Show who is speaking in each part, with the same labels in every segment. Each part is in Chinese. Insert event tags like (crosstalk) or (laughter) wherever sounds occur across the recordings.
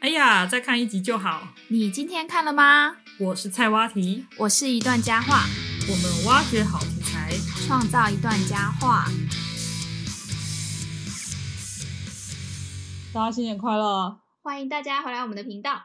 Speaker 1: 哎呀，再看一集就好。
Speaker 2: 你今天看了吗？
Speaker 1: 我是菜蛙题，
Speaker 2: 我是一段佳话，
Speaker 1: 我们挖掘好题材。
Speaker 2: 创造一段佳话。
Speaker 1: 大家新年快乐！
Speaker 2: 欢迎大家回来我们的频道。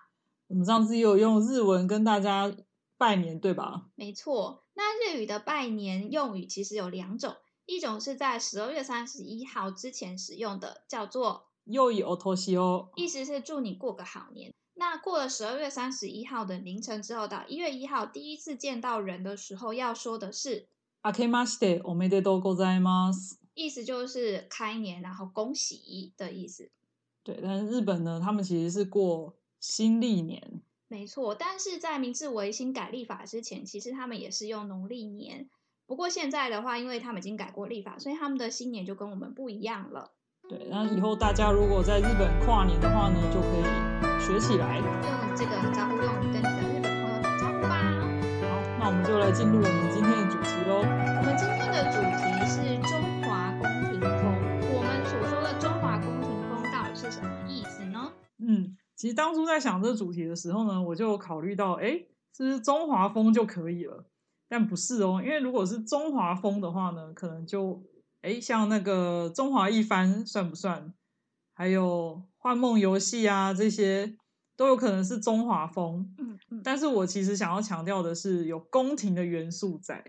Speaker 1: 我们上次有用日文跟大家拜年，对吧？
Speaker 2: 没错，那日语的拜年用语其实有两种，一种是在十二月三十一号之前使用的，叫做
Speaker 1: 又有头西哦，
Speaker 2: 意思是祝你过个好年。那过了十二月三十一号的凌晨之后，到一月一号第一次见到人的时候，要说的是，
Speaker 1: あけましておめでとうございます。
Speaker 2: 意思就是开年，然后恭喜的意思。
Speaker 1: 对，但是日本呢，他们其实是过新历年，
Speaker 2: 没错，但是在明治维新改立法之前，其实他们也是用农历年。不过现在的话，因为他们已经改过立法，所以他们的新年就跟我们不一样了。
Speaker 1: 对。那以后大家如果在日本跨年的话呢，就可以学起来。
Speaker 2: 用这个招呼用语跟你的日本朋友打招呼吧。
Speaker 1: 好，那我们就来进入我们今天的主题喽。
Speaker 2: 我们今天的主题是中华宫廷风。我们所说的中华宫廷风到底是什么意思呢？
Speaker 1: 嗯，其实当初在想这个主题的时候呢，我就有考虑到，哎，是不是中华风就可以了？但不是哦，因为如果是中华风的话呢，可能就哎，像那个中华一番算不算？还有幻梦游戏啊，这些都有可能是中华风。
Speaker 2: 嗯嗯，
Speaker 1: 但是我其实想要强调的是，有宫廷的元素在。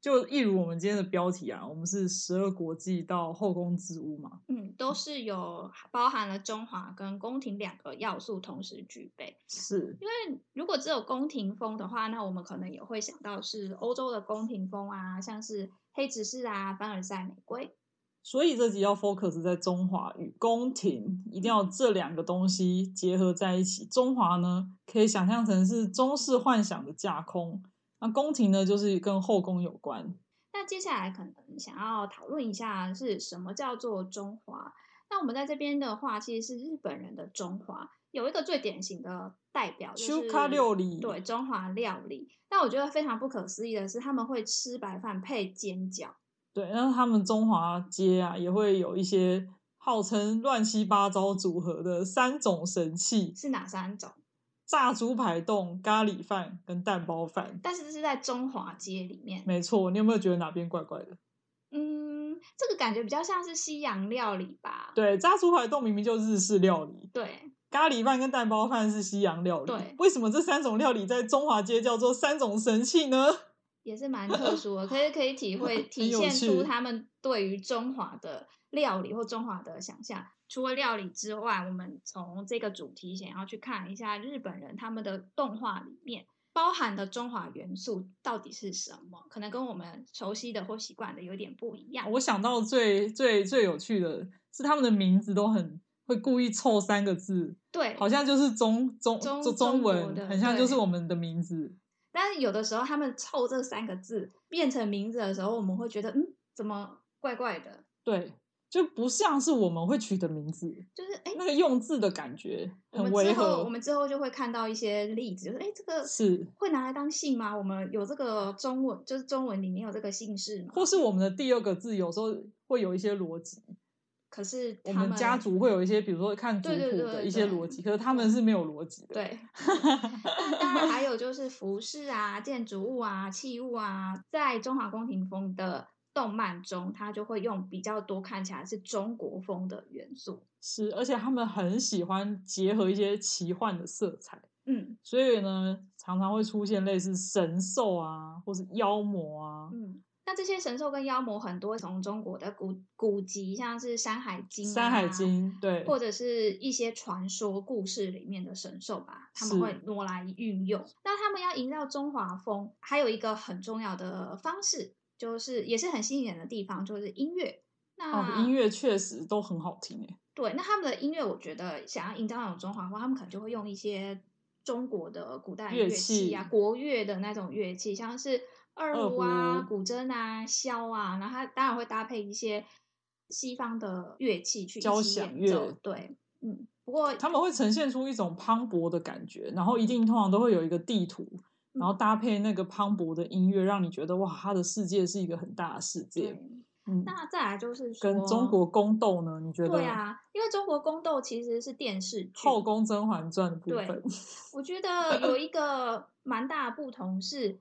Speaker 1: 就一如我们今天的标题啊，我们是十二国际到后宫之屋嘛，
Speaker 2: 嗯，都是有包含了中华跟宫廷两个要素同时具备。
Speaker 1: 是
Speaker 2: 因为如果只有宫廷风的话，那我们可能也会想到是欧洲的宫廷风啊，像是黑执事啊、凡尔赛玫瑰。
Speaker 1: 所以这集要 focus 在中华与宫廷，一定要这两个东西结合在一起。中华呢，可以想象成是中式幻想的架空，那宫廷呢，就是跟后宫有关。
Speaker 2: 那接下来可能想要讨论一下是什么叫做中华。那我们在这边的话，其实是日本人的中华有一个最典型的代表就
Speaker 1: 秋
Speaker 2: 是
Speaker 1: 咖料理，
Speaker 2: 对，中华料理。那我觉得非常不可思议的是，他们会吃白饭配煎饺。
Speaker 1: 对，那他们中华街啊，也会有一些号称乱七八糟组合的三种神器：
Speaker 2: 是哪三种？
Speaker 1: 炸猪排冻、咖喱饭跟蛋包饭。
Speaker 2: 但是这是在中华街里面，
Speaker 1: 没错，你有没有觉得哪边怪怪的？
Speaker 2: 嗯，这个感觉比较像是西洋料理吧？
Speaker 1: 对，炸猪排冻明明就日式料理，
Speaker 2: 对
Speaker 1: 咖喱饭跟蛋包饭是西洋料理，
Speaker 2: 对
Speaker 1: 为什么这三种料理在中华街叫做三种神器呢？
Speaker 2: 也是蛮特殊的，可以可以
Speaker 1: (laughs)
Speaker 2: 体会体
Speaker 1: 有
Speaker 2: 现出
Speaker 1: 趣
Speaker 2: 他们对于中华的料理或中华的想象。除了料理之外，我们从这个主题想要去看一下日本人他们的动画里面包含的中华元素到底是什么，可能跟我们熟悉的或习惯的有点不一样。
Speaker 1: 我想到最最最有趣的是他们的名字都很会故意凑三个字，
Speaker 2: 对，
Speaker 1: 好像就是中中
Speaker 2: 中
Speaker 1: 中
Speaker 2: 中国
Speaker 1: 文
Speaker 2: 的
Speaker 1: 很像就是
Speaker 2: 对
Speaker 1: 我们的名字，
Speaker 2: 但是有的时候他们凑这三个字变成名字的时候，我们会觉得嗯，怎么怪怪的？
Speaker 1: 对，就不像是我们会取的名字，
Speaker 2: 就是哎，
Speaker 1: 那个用字的感觉
Speaker 2: 我
Speaker 1: 很
Speaker 2: 们之
Speaker 1: 违
Speaker 2: 后我
Speaker 1: 和，
Speaker 2: 们之后就会看到一些例子，就是哎，诶这个
Speaker 1: 是
Speaker 2: 会拿来当姓吗？我们有这个中文，就是中文里面有这个姓氏吗？
Speaker 1: 或是我们的第二个字有时候会有一些逻辑，
Speaker 2: 可是
Speaker 1: 我
Speaker 2: 他
Speaker 1: 们家族会有一些，比如说看族谱
Speaker 2: 对对对
Speaker 1: 的一些
Speaker 2: 对
Speaker 1: 逻辑，可是他们是没有逻辑的。 (laughs)
Speaker 2: 对，那当然还有就是服饰啊、建筑物啊、器物啊，在中华宫廷风的动漫中，它就会用比较多看起来是中国风的元素。
Speaker 1: 是，而且他们很喜欢结合一些奇幻的色彩，
Speaker 2: 嗯
Speaker 1: 所以呢，常常会出现类似神兽啊，或是妖魔啊。
Speaker 2: 嗯。那这些神兽跟妖魔很多从中国的古古籍，像是《山海经》、啊《
Speaker 1: 山海》经》对，
Speaker 2: 或者是一些传说故事里面的神兽吧，他们
Speaker 1: 是
Speaker 2: 会挪来运用。那他们要营造中华风，还有一个很重要的方式，就是也是很吸引人的地方，就是音乐。那、
Speaker 1: 哦，音乐确实都很好听欸诶。
Speaker 2: 对，那他们的音乐，我觉得想要营造那种中华风，他们可能就会用一些中国的古代
Speaker 1: 乐
Speaker 2: 乐器啊，
Speaker 1: 器
Speaker 2: 国乐的那种乐器，像是二
Speaker 1: 二
Speaker 2: 胡啊、
Speaker 1: 胡
Speaker 2: 古筝啊、箫啊，然后它当然会搭配一些西方的乐器去一
Speaker 1: 交
Speaker 2: 起
Speaker 1: 响
Speaker 2: 演奏
Speaker 1: 乐。
Speaker 2: 对，嗯，不过
Speaker 1: 他们会呈现出一种磅礴的感觉，然后一定通常都会有一个地图，
Speaker 2: 嗯
Speaker 1: 然后搭配那个磅礴的音乐，让你觉得哇，他的世界是一个很大的世界
Speaker 2: 对。
Speaker 1: 嗯，
Speaker 2: 那再来就是说，
Speaker 1: 跟中国宫斗呢？你觉得？
Speaker 2: 对啊，因为中国宫斗其实是电视剧，
Speaker 1: 后宫《甄嬛传》的部
Speaker 2: 对
Speaker 1: 分， (laughs)
Speaker 2: 我觉得有一个蛮大的不同是，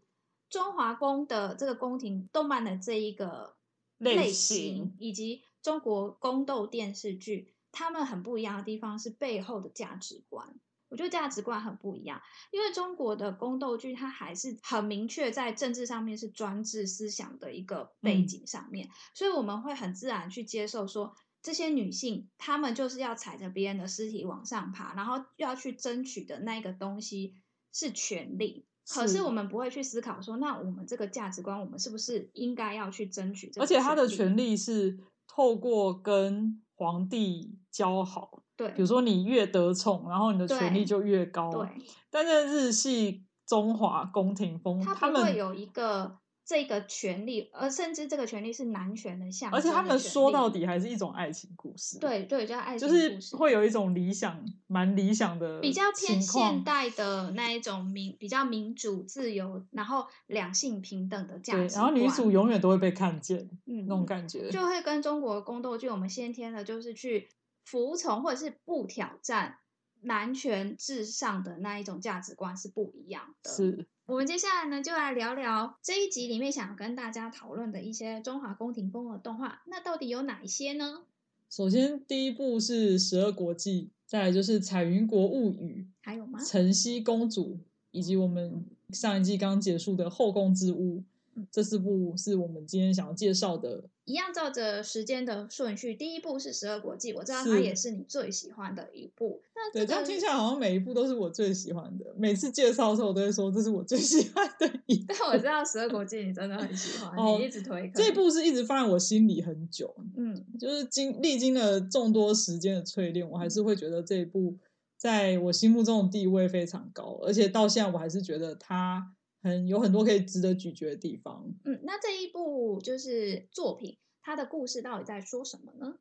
Speaker 2: 中华宫的这个宫廷动漫的这一个
Speaker 1: 类
Speaker 2: 类
Speaker 1: 型
Speaker 2: 以及中国宫斗电视剧，他们很不一样的地方是背后的价值观。我觉得价值观很不一样，因为中国的宫斗剧它还是很明确在政治上面是专制思想的一个背
Speaker 1: 嗯
Speaker 2: 景上面，所以我们会很自然去接受说，这些女性她们就是要踩着别人的尸体往上爬，然后要去争取的那个东西是权利。可
Speaker 1: 是
Speaker 2: 是我们不会去思考说，那我们这个价值观，我们是不是应该要去争取这个
Speaker 1: 而且他的
Speaker 2: 利
Speaker 1: 权利是透过跟皇帝交好，
Speaker 2: 对
Speaker 1: 比如说你越得宠，然后你的权
Speaker 2: 对
Speaker 1: 力就越高。
Speaker 2: 对，
Speaker 1: 但是日系中华宫廷风，
Speaker 2: 它
Speaker 1: 他
Speaker 2: 不会
Speaker 1: 们
Speaker 2: 有一个这个权利，而甚至这个权利是男权的象
Speaker 1: 而
Speaker 2: 征的
Speaker 1: 且
Speaker 2: 权利。
Speaker 1: 他们说到底还是一种爱情故事，，
Speaker 2: 对对，叫爱情
Speaker 1: 就
Speaker 2: 故事，
Speaker 1: 是会有一种理想，蛮理想的
Speaker 2: 比较偏
Speaker 1: 情况
Speaker 2: 现代的那一种民，比较民主、自由，然后两性平等的价值
Speaker 1: 对，
Speaker 2: 观。
Speaker 1: 然后女主永远都会被看见
Speaker 2: 嗯
Speaker 1: 那种感觉，
Speaker 2: 就会跟中国宫斗剧，我们先天的就是去服从或者是不挑战男权至上的那一种价值观是不一样的。
Speaker 1: 是
Speaker 2: 我们接下来呢，就来聊聊这一集里面想要跟大家讨论的一些中华宫廷风的动画，那到底有哪一些呢？
Speaker 1: 首先，第一部是《十二国记》，再来就是《彩云国物语
Speaker 2: 还有吗》、
Speaker 1: 《晨曦公主》，以及我们上一季刚结束的《后宫之屋》。
Speaker 2: 嗯
Speaker 1: 这四部是我们今天想要介绍的。
Speaker 2: 一样照着时间的顺序，第一部是《十二国记》，我知道
Speaker 1: 是
Speaker 2: 它也是你最喜欢的一部。那
Speaker 1: 对，
Speaker 2: 这
Speaker 1: 这
Speaker 2: 个
Speaker 1: 样听起来好像每一部都是我最喜欢的。每次介绍的时候，我都会说这是我最喜欢的一
Speaker 2: (laughs)
Speaker 1: 部。
Speaker 2: 但我知道《十二国记》你真的很喜欢，
Speaker 1: (laughs) 哦
Speaker 2: 你一直推。
Speaker 1: 这一，部是一直放在我心里很久，
Speaker 2: 嗯，
Speaker 1: 就是经历经了众多时间的淬炼，我还是会觉得这一部在我心目中的地位非常高，而且到现在我还是觉得它很有很多可以值得咀嚼的地方。
Speaker 2: 嗯，那这一部就是作品，它的故事到底在说什么呢？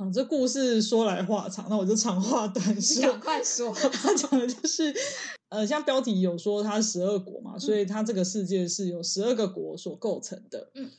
Speaker 1: 嗯，这故事说来话长，那我就长话短
Speaker 2: 你
Speaker 1: 说
Speaker 2: 赶。快
Speaker 1: (laughs)
Speaker 2: 说。
Speaker 1: 他讲的就是，呃，像标题有说它十二国嘛，所以它这个世界是由十二个国所构成的。
Speaker 2: 嗯，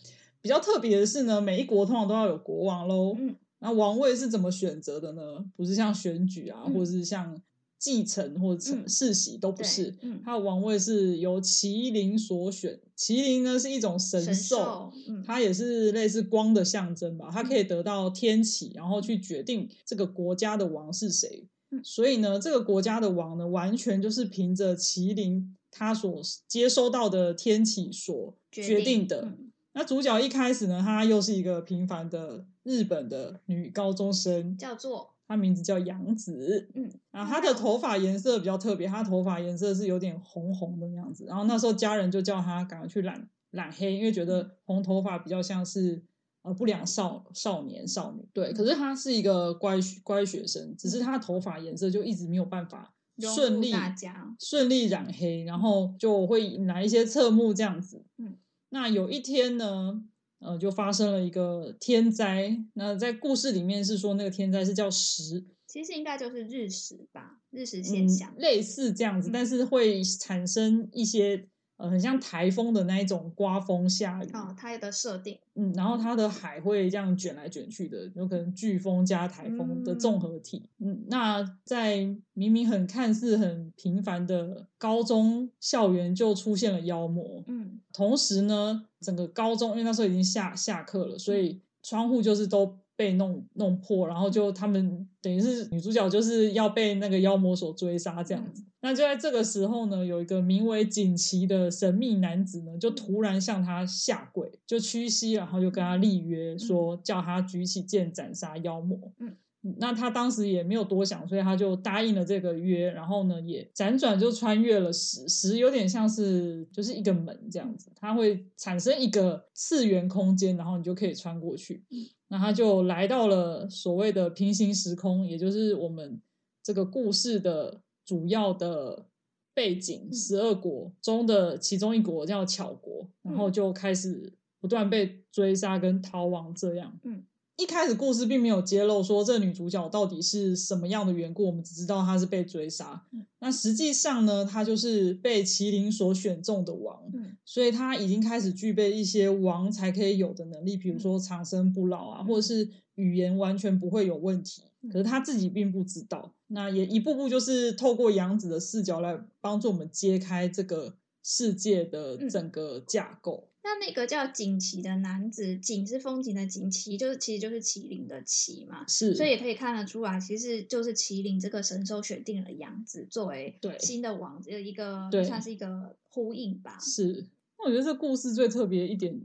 Speaker 1: 比较特别的是呢，每一国通常都要有国王喽。
Speaker 2: (laughs) 嗯，
Speaker 1: 那王位是怎么选择的呢？不是像选举啊，
Speaker 2: 嗯
Speaker 1: 或是像继承或者
Speaker 2: 嗯
Speaker 1: 世袭都不
Speaker 2: 对
Speaker 1: 是。
Speaker 2: 嗯，
Speaker 1: 它的王位是由麒麟所选，麒麟呢是一种神
Speaker 2: 神
Speaker 1: 兽，
Speaker 2: 兽，嗯，
Speaker 1: 它也是类似光的象征吧，它可以得到天启，然后去决定这个国家的王是谁
Speaker 2: 嗯。
Speaker 1: 所以呢，这个国家的王呢，完全就是凭着麒麟他所接收到的天启所决定的。
Speaker 2: 嗯
Speaker 1: 那主角一开始呢，她又是一个平凡的日本的女高中生，
Speaker 2: 叫做
Speaker 1: 她名字叫杨子。
Speaker 2: 嗯，
Speaker 1: 啊，她的头发颜色比较特别，她头发颜色是有点红红的那样子。然后那时候家人就叫她赶快去染染黑，因为觉
Speaker 2: 嗯
Speaker 1: 得红头发比较像是呃不良少少年少女。对，可是她是一个乖学乖学生，只是她头发颜色就一直没有办法
Speaker 2: 融
Speaker 1: 顺
Speaker 2: 入
Speaker 1: 利
Speaker 2: 嗯大家，
Speaker 1: 顺利染黑，然后就会引来一些侧目这样子。
Speaker 2: 嗯，
Speaker 1: 那有一天呢，呃，就发生了一个天灾。那在故事里面是说那个天灾是叫石
Speaker 2: 其实应该就是日食吧，日食
Speaker 1: 嗯
Speaker 2: 现象。
Speaker 1: 类似这样子
Speaker 2: 嗯，
Speaker 1: 但是会产生一些呃很像台风的那一种刮风下雨，
Speaker 2: 哦，它的设定，
Speaker 1: 嗯，然后它的海会这样卷来卷去的，有可能飓风加台风的综合体。嗯那在明明很看似很平凡的高中校园，就出现了妖魔。
Speaker 2: 嗯，
Speaker 1: 同时呢，整个高中因为那时候已经下下课了，所以窗户就是都被弄弄破，然后就他们等于是女主角就是要被那个妖魔所追杀这
Speaker 2: 嗯
Speaker 1: 样子。那就在这个时候呢，有一个名为锦旗的神秘男子呢，就突然向他下跪，就屈膝，然后就跟他立约，说叫他举起剑斩杀妖魔。
Speaker 2: 嗯
Speaker 1: 那他当时也没有多想，所以他就答应了这个约，然后呢，也辗转就穿越了时时，有点像是就是一个门这样子，它会产生一个次元空间，然后你就可以穿过去。那他就来到了所谓的平行时空，也就是我们这个故事的主要的背景，
Speaker 2: 嗯
Speaker 1: 十二国中的其中一国叫巧国，然后
Speaker 2: 嗯
Speaker 1: 就开始不断被追杀跟逃亡这样。
Speaker 2: 嗯，
Speaker 1: 一开始故事并没有揭露说这女主角到底是什么样的缘故，我们只知道她是被追杀。
Speaker 2: 嗯
Speaker 1: 那实际上呢，她就是被麒麟所选中的王。
Speaker 2: 嗯
Speaker 1: 所以他已经开始具备一些王才可以有的能力，比
Speaker 2: 嗯
Speaker 1: 如说长生不老啊，或者是语言完全不会有问题。
Speaker 2: 嗯
Speaker 1: 可是他自己并不知道，那也一步步就是透过杨子的视角来帮助我们揭开这个世界的
Speaker 2: 嗯
Speaker 1: 整个架构。
Speaker 2: 那那个叫锦旗的男子，锦是风景的锦，旗就是其实就是麒麟的麒嘛，
Speaker 1: 是，
Speaker 2: 所以也可以看得出来，其实就是麒麟这个神兽选定了杨子作为
Speaker 1: 对
Speaker 2: 新的王子的一个
Speaker 1: 对
Speaker 2: 算是一个呼应吧。
Speaker 1: 是。那我觉得这故事最特别一点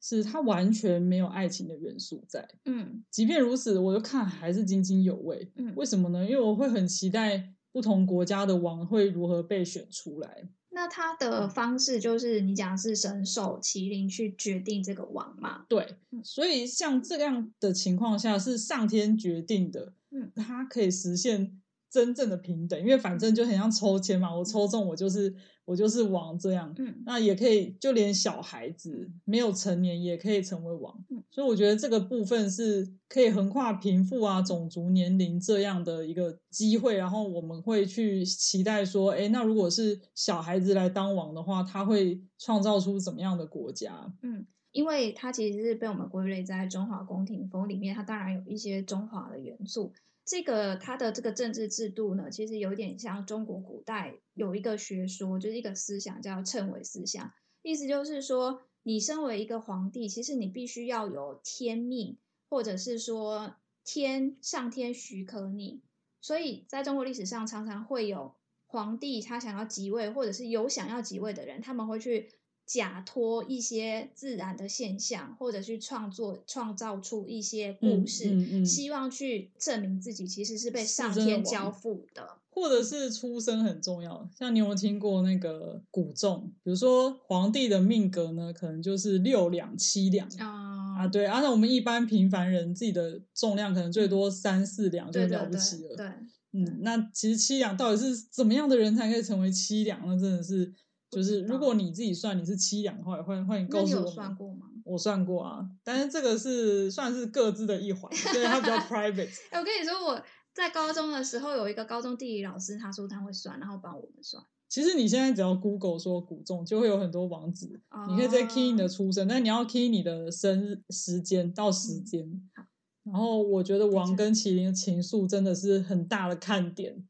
Speaker 1: 是，它完全没有爱情的元素在。
Speaker 2: 嗯
Speaker 1: 即便如此，我就看还是津津有味。
Speaker 2: 嗯，
Speaker 1: 为什么呢？因为我会很期待不同国家的王会如何被选出来。
Speaker 2: 那他的方式就是你讲的是神兽麒麟去决定这个王嘛？
Speaker 1: 对
Speaker 2: 嗯，
Speaker 1: 所以像这样的情况下，是上天决定的，
Speaker 2: 嗯，
Speaker 1: 它可以实现真正的平等，因为反正就很像抽签嘛，我抽中我就是我就是王这样。
Speaker 2: 嗯
Speaker 1: 那也可以，就连小孩子没有成年也可以成为王，
Speaker 2: 嗯
Speaker 1: 所以我觉得这个部分是可以横跨贫富啊、种族、年龄这样的一个机会。然后我们会去期待说，诶，那如果是小孩子来当王的话，他会创造出怎么样的国家？
Speaker 2: 嗯，因为它其实是被我们归类在中华宫廷风里面，它当然有一些中华的元素。这个它的这个政治制度呢，其实有点像中国古代有一个学说，就是一个思想叫谶纬思想，意思就是说，你身为一个皇帝，其实你必须要有天命，或者是说天上天许可你。所以在中国历史上，常常会有皇帝他想要即位，或者是有想要即位的人，他们会去假托一些自然的现象，或者去创作创造出一些故事，
Speaker 1: 嗯嗯嗯
Speaker 2: 希望去证明自己其实是被
Speaker 1: 是
Speaker 2: 上
Speaker 1: 真的
Speaker 2: 天
Speaker 1: 王
Speaker 2: 交付的。
Speaker 1: 或者是出生很重要。像你有没有听过那个古仲？比如说皇帝的命格呢，可能就是六两、七两。
Speaker 2: 啊
Speaker 1: 啊，对，而、且我们一般平凡人自己的重量可能最多三四两就
Speaker 2: 对对
Speaker 1: 了不起
Speaker 2: 对
Speaker 1: 了。
Speaker 2: 对，
Speaker 1: 嗯，那其实七两到底是怎么样的人才可以成为七两？那真的是，就
Speaker 2: 知
Speaker 1: 是如
Speaker 2: 道
Speaker 1: 果你自己算你是七两的话，欢迎欢迎
Speaker 2: 那
Speaker 1: 告
Speaker 2: 你
Speaker 1: 诉
Speaker 2: 有
Speaker 1: 我
Speaker 2: 算
Speaker 1: 们。
Speaker 2: 过吗？
Speaker 1: 我算过啊，但是这个是算是各自的一环，所以它比较 private。
Speaker 2: 哎、我跟你说，我在高中的时候有一个高中地理老师，他说他会算，然后帮我们算。
Speaker 1: 其实你现在只要 Google 说古仲，就会有很多网址，你可以再 key 你的
Speaker 2: 哦
Speaker 1: 出生，但你要 key 你的生日时间到时间。
Speaker 2: 嗯好
Speaker 1: 然后我觉得王跟麒麟的情愫真的是很大的看点，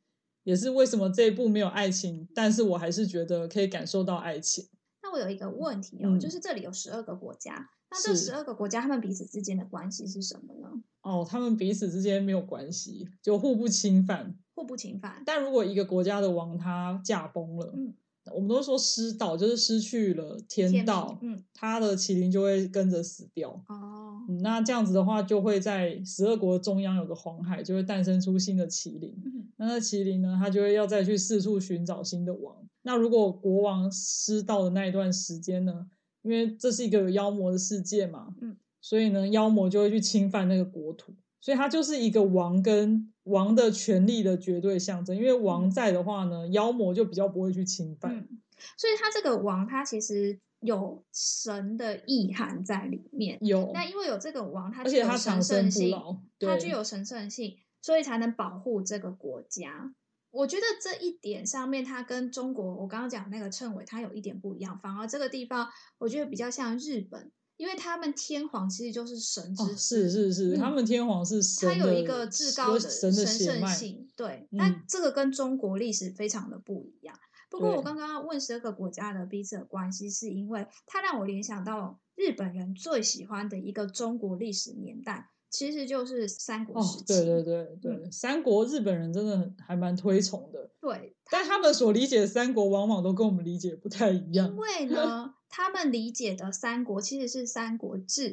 Speaker 1: 也是为什么这一部没有爱情，但是我还是觉得可以感受到爱情。
Speaker 2: 那我有一个问题哦，
Speaker 1: 嗯
Speaker 2: 就是这里有十二个国家，那这
Speaker 1: 是
Speaker 2: 十二个国家他们彼此之间的关系是什么呢？
Speaker 1: 哦，他们彼此之间没有关系，就互不侵犯。
Speaker 2: 互不侵犯。
Speaker 1: 但如果一个国家的王他驾崩了，
Speaker 2: 嗯
Speaker 1: 我们都说失道就是失去了
Speaker 2: 天
Speaker 1: 天
Speaker 2: 命
Speaker 1: 道，
Speaker 2: 嗯，
Speaker 1: 他的麒麟就会跟着死掉。
Speaker 2: 哦，
Speaker 1: 嗯，那这样子的话，就会在十二国中央有个黄海，就会诞生出新的麒麟。
Speaker 2: 嗯
Speaker 1: 那那麒麟呢，它就会要再去四处寻找新的王。那如果国王失道的那一段时间呢，因为这是一个有妖魔的世界嘛，
Speaker 2: 嗯，
Speaker 1: 所以呢，妖魔就会去侵犯那个国土，所以它就是一个王跟王的权力的绝对象征。因为王在的话呢，妖魔就比较不会去侵犯。
Speaker 2: 嗯，所以他这个王，他其实有神的意涵在里面。
Speaker 1: 有，
Speaker 2: 那因为有这个王，他
Speaker 1: 而
Speaker 2: 具
Speaker 1: 且
Speaker 2: 有
Speaker 1: 它
Speaker 2: 神
Speaker 1: 长生
Speaker 2: 圣
Speaker 1: 不
Speaker 2: 性，
Speaker 1: 老，
Speaker 2: 它
Speaker 1: 对，
Speaker 2: 具有神圣性，所以才能保护这个国家。我觉得这一点上面，它跟中国我刚刚讲那个谶纬，它有一点不一样。反而这个地方，我觉得比较像日本，因为他们天皇其实就是神之
Speaker 1: 哦，是
Speaker 2: 子，
Speaker 1: 是是，
Speaker 2: 嗯
Speaker 1: 他们天皇是神
Speaker 2: 它
Speaker 1: 的，
Speaker 2: 有一个至高
Speaker 1: 有
Speaker 2: 的
Speaker 1: 神
Speaker 2: 神
Speaker 1: 的血
Speaker 2: 圣
Speaker 1: 脉，
Speaker 2: 性。对，那
Speaker 1: 嗯
Speaker 2: 这个跟中国历史非常的不一样。不过我
Speaker 1: 对
Speaker 2: 刚刚问十二个国家的彼此的关系，是因为它让我联想到日本人最喜欢的一个中国历史年代，其实就是三国
Speaker 1: 哦
Speaker 2: 时期。，嗯
Speaker 1: 对对对对，三国日本人真的很还蛮推崇的，
Speaker 2: 对，
Speaker 1: 但他们所理解的三国往往都跟我们理解不太一
Speaker 2: 因
Speaker 1: 样。 (laughs)
Speaker 2: 为呢，他们理解的三国其实是《三国志》，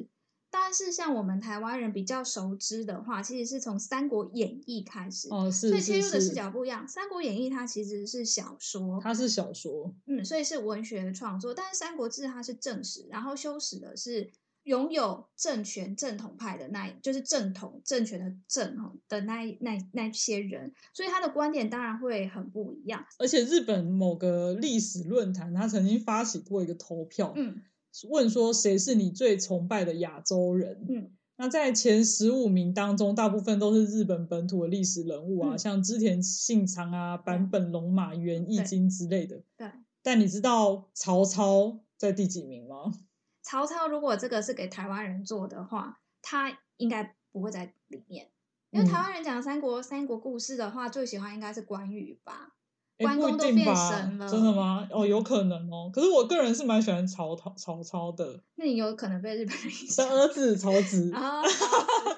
Speaker 2: 但是像我们台湾人比较熟知的话，其实是从《三国演义》开始。
Speaker 1: 哦，
Speaker 2: 所
Speaker 1: 是
Speaker 2: 以切
Speaker 1: 是
Speaker 2: 入的视
Speaker 1: 是，
Speaker 2: 角不一样，《三国演义》它其实是小说，
Speaker 1: 它是小说，
Speaker 2: 嗯，所以是文学创作。但是《三国志》它是正史，然后修史的是拥有政权正统派的那一，就是正统政权的正哦的那一那一那些人，所以他的观点当然会很不一样。
Speaker 1: 而且日本某个历史论坛，他曾经发起过一个投票，
Speaker 2: 嗯
Speaker 1: 问说谁是你最崇拜的亚洲人？
Speaker 2: 嗯，
Speaker 1: 那在前十五名当中，大部分都是日本本土的历史人物啊，
Speaker 2: 嗯
Speaker 1: 像织田信长啊、坂本龙马、源义经之类的。
Speaker 2: 对，
Speaker 1: 但你知道曹操在第几名吗？
Speaker 2: 曹操如果这个是给台湾人做的话，他应该不会在里面，因为
Speaker 1: 嗯
Speaker 2: 台湾人讲三国、三国故事的话，最喜欢应该是关羽吧。
Speaker 1: 诶
Speaker 2: 关
Speaker 1: 不一
Speaker 2: 公都
Speaker 1: 定
Speaker 2: 变
Speaker 1: 吧
Speaker 2: 神了
Speaker 1: 真的吗？哦，有可能哦。可是我个人是蛮喜欢曹操曹操的，
Speaker 2: 那你有可能被日本人影
Speaker 1: 三
Speaker 2: 响
Speaker 1: 儿子曹植，
Speaker 2: (laughs) 啊！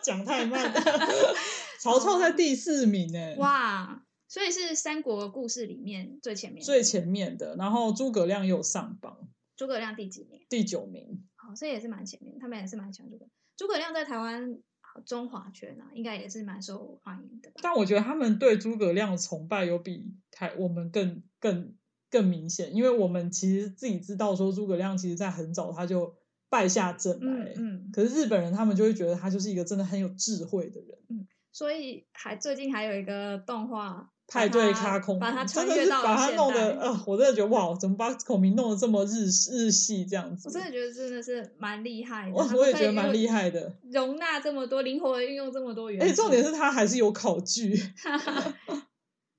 Speaker 1: 讲太慢
Speaker 2: (laughs)
Speaker 1: 了。曹操在第四名哎，
Speaker 2: 哦哇，所以是三国故事里面最前面的，
Speaker 1: 最前面的。然后诸葛亮也有上榜
Speaker 2: 诸葛亮第几名？
Speaker 1: 第九名，
Speaker 2: 哦，所以也是蛮前面，他们也是蛮喜欢诸葛亮。诸葛亮在台湾好中华圈啊，应该也是蛮受欢迎的吧？
Speaker 1: 但我觉得他们对诸葛亮的崇拜有比台我们更更更明显，因为我们其实自己知道说诸葛亮其实在很早他就败下阵来
Speaker 2: 嗯。嗯，
Speaker 1: 可是日本人他们就会觉得他就是一个真的很有智慧的人，
Speaker 2: 所以还最近还有一个动画把
Speaker 1: 派对
Speaker 2: 它
Speaker 1: 卡孔
Speaker 2: 把
Speaker 1: 明
Speaker 2: 它穿
Speaker 1: 真的
Speaker 2: 越
Speaker 1: 是
Speaker 2: 到
Speaker 1: 把
Speaker 2: 了
Speaker 1: 他
Speaker 2: 现
Speaker 1: 弄
Speaker 2: 代
Speaker 1: 得。呃，我真的觉得哇，怎么把孔明弄得这么日式日系这样子？
Speaker 2: 我真的觉得真的是蛮厉害的，
Speaker 1: 我
Speaker 2: 他们
Speaker 1: 我也
Speaker 2: 可
Speaker 1: 觉得
Speaker 2: 以
Speaker 1: 蛮
Speaker 2: 用
Speaker 1: 厉害的，
Speaker 2: 容纳这么多，灵活的运用这么多元素。
Speaker 1: 而且重点是他还是有考
Speaker 2: (laughs)
Speaker 1: 据。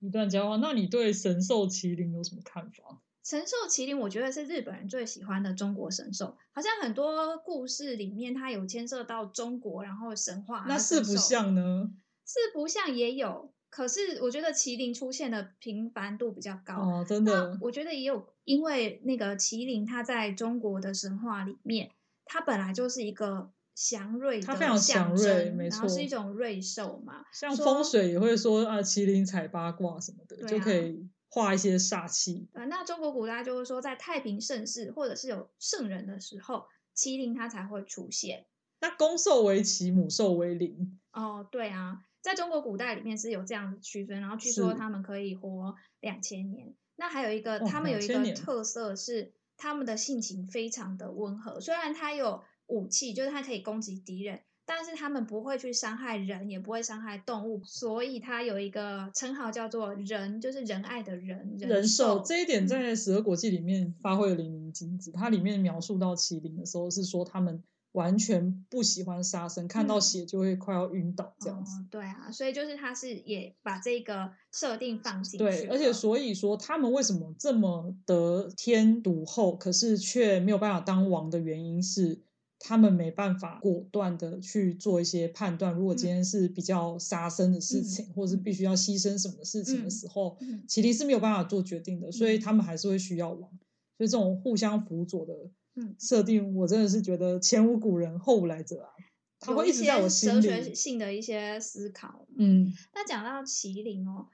Speaker 1: 一段交换，那你对神兽麒麟有什么看法？
Speaker 2: 神兽麒麟，我觉得是日本人最喜欢的中国神兽，好像很多故事里面它有牵涉到中国，然后神话啊。
Speaker 1: 那
Speaker 2: 神
Speaker 1: 是不
Speaker 2: 兽
Speaker 1: 像呢？
Speaker 2: 四不像也有，可是我觉得麒麟出现的频繁度比较高。
Speaker 1: 哦，真
Speaker 2: 那
Speaker 1: 的，
Speaker 2: 我觉得也有，因为那个麒麟，它在中国的神话里面，它本来就是一个祥瑞的
Speaker 1: 它
Speaker 2: 象征，
Speaker 1: 非常祥瑞没
Speaker 2: 然后是
Speaker 1: 错
Speaker 2: 一种瑞兽嘛。
Speaker 1: 像
Speaker 2: 说
Speaker 1: 风水也会说啊，麒麟踩八卦什么的，
Speaker 2: 对
Speaker 1: 就
Speaker 2: 啊
Speaker 1: 可以化一些煞气。
Speaker 2: 呃，那中国古代就是说，在太平盛世或者是有圣人的时候，麒麟它才会出现。
Speaker 1: 那公兽为麒，母兽为麟，
Speaker 2: 哦，对啊，在中国古代里面是有这样子区分，然后据说
Speaker 1: 是
Speaker 2: 他们可以活两千年。那还有一个，
Speaker 1: 哦
Speaker 2: 他们有一
Speaker 1: 2000
Speaker 2: 个
Speaker 1: 年
Speaker 2: 特色是，他们的性情非常的温和，虽然他有武器，就是他可以攻击敌人，但是他们不会去伤害人，也不会伤害动物，所以他有一个称号叫做“仁”，就是仁爱的仁，
Speaker 1: 人
Speaker 2: 兽
Speaker 1: 兽这一
Speaker 2: 嗯
Speaker 1: 点在《十二国记》里面发挥的淋漓尽致。它里面描述到麒麟的时候，是说他们完全不喜欢杀生，看到
Speaker 2: 嗯
Speaker 1: 血就会快要晕倒这样子。
Speaker 2: 哦，对啊，所以就是他是也把这个设定放进去了，
Speaker 1: 对，而且所以说他们为什么这么得天独厚，可是却没有办法当王的原因是。他们没办法果断的去做一些判断。如果今
Speaker 2: 嗯
Speaker 1: 天是比较杀生的事情，
Speaker 2: 嗯
Speaker 1: 或是必须要牺牲什么事情的
Speaker 2: 嗯
Speaker 1: 时候，
Speaker 2: 嗯
Speaker 1: 麒麟是没有办法做决定的，所以
Speaker 2: 嗯
Speaker 1: 他们还是会需要王。所以这种互相辅佐的
Speaker 2: 嗯
Speaker 1: 设定，我真的是觉得前无古人后无来者啊，它
Speaker 2: 有
Speaker 1: 会
Speaker 2: 一
Speaker 1: 一直在
Speaker 2: 些
Speaker 1: 我
Speaker 2: 哲
Speaker 1: 心
Speaker 2: 学
Speaker 1: 里。
Speaker 2: 性的一些思考。
Speaker 1: 嗯，
Speaker 2: 那讲到麒麟哦，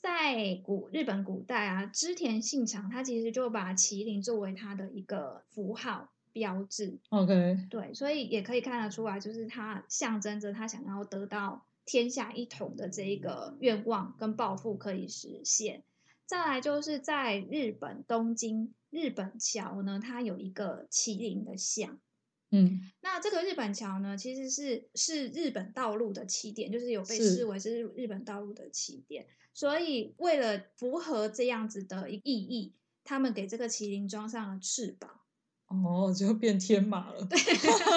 Speaker 2: 在古日本古代啊，织田信长他其实就把麒麟作为他的一个符号标志，
Speaker 1: OK，
Speaker 2: 对，所以也可以看得出来，就是他象征着他想要得到天下一统的这一个愿望跟抱负可以实现。再来就是在日本东京日本桥呢，它有一个麒麟的像。
Speaker 1: 嗯，
Speaker 2: 那这个日本桥呢，其实是是日本道路的起点，就是有被
Speaker 1: 是
Speaker 2: 视为是日本道路的起点。所以为了符合这样子的意义，他们给这个麒麟装上了翅膀， (laughs)
Speaker 1: 哦，就变天马了。
Speaker 2: 对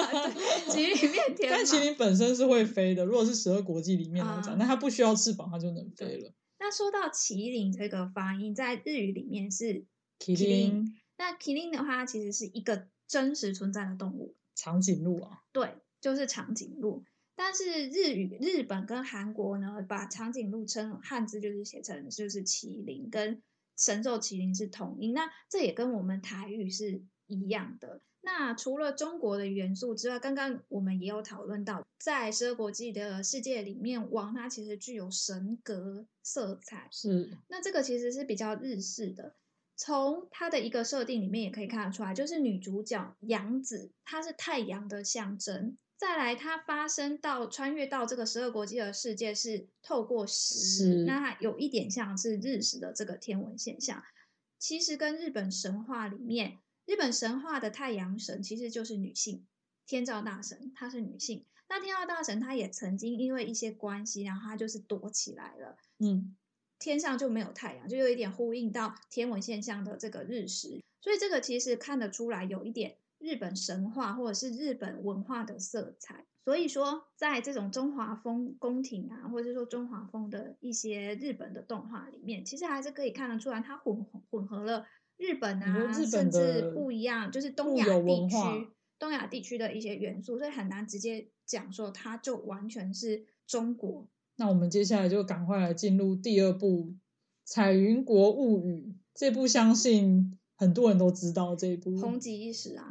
Speaker 2: 麒麟变天
Speaker 1: (laughs) 但麒
Speaker 2: 马。
Speaker 1: 麟本身是会飞的，如果是十二国际里面来讲，
Speaker 2: 啊
Speaker 1: 那它不需要翅膀，它就能飞了。
Speaker 2: 那说到麒麟这个发音，在日语里面是
Speaker 1: 麒
Speaker 2: 麟
Speaker 1: 麟、
Speaker 2: 那麒麟的话，它其实是一个真实存在的动物，
Speaker 1: 长颈鹿啊，
Speaker 2: 对，就是长颈鹿。但是日语、日本跟韩国呢，把长颈鹿称汉字就是写成就是麒麟，跟神兽麒麟是同音。那这也跟我们台语是一样的。那除了中国的元素之外，刚刚我们也有讨论到，在十二国际的世界里面，王它其实具有神格色彩，
Speaker 1: 是
Speaker 2: 那这个其实是比较日式的。从它的一个设定里面也可以看得出来，就是女主角杨子，她是太阳的象征。再来，它发生到穿越到这个十二国际的世界是透过
Speaker 1: 是
Speaker 2: 时，那它有一点像是日食的这个天文现象。其实跟日本神话里面，日本神话的太阳神其实就是女性，天照大神她是女性。那天照大神她也曾经因为一些关系，然后她就是躲起来了。
Speaker 1: 嗯，
Speaker 2: 天上就没有太阳，就有一点呼应到天文现象的这个日食，所以这个其实看得出来有一点日本神话或者是日本文化的色彩。所以说，在这种中华风宫廷啊，或者是说中华风的一些日本的动画里面，其实还是可以看得出来，它混混合了日本
Speaker 1: 你说
Speaker 2: 啊，
Speaker 1: 日
Speaker 2: 甚
Speaker 1: 本的
Speaker 2: 至不一样，就是东
Speaker 1: 固
Speaker 2: 亚
Speaker 1: 有
Speaker 2: 地
Speaker 1: 文化
Speaker 2: 区、东亚地区的一些元素，所以很难直接讲说它就完全是中国。
Speaker 1: 那我们接下来就赶快来进入第二部《彩云国物语》这部，相信很多人都知道这一部。
Speaker 2: 红极一时啊，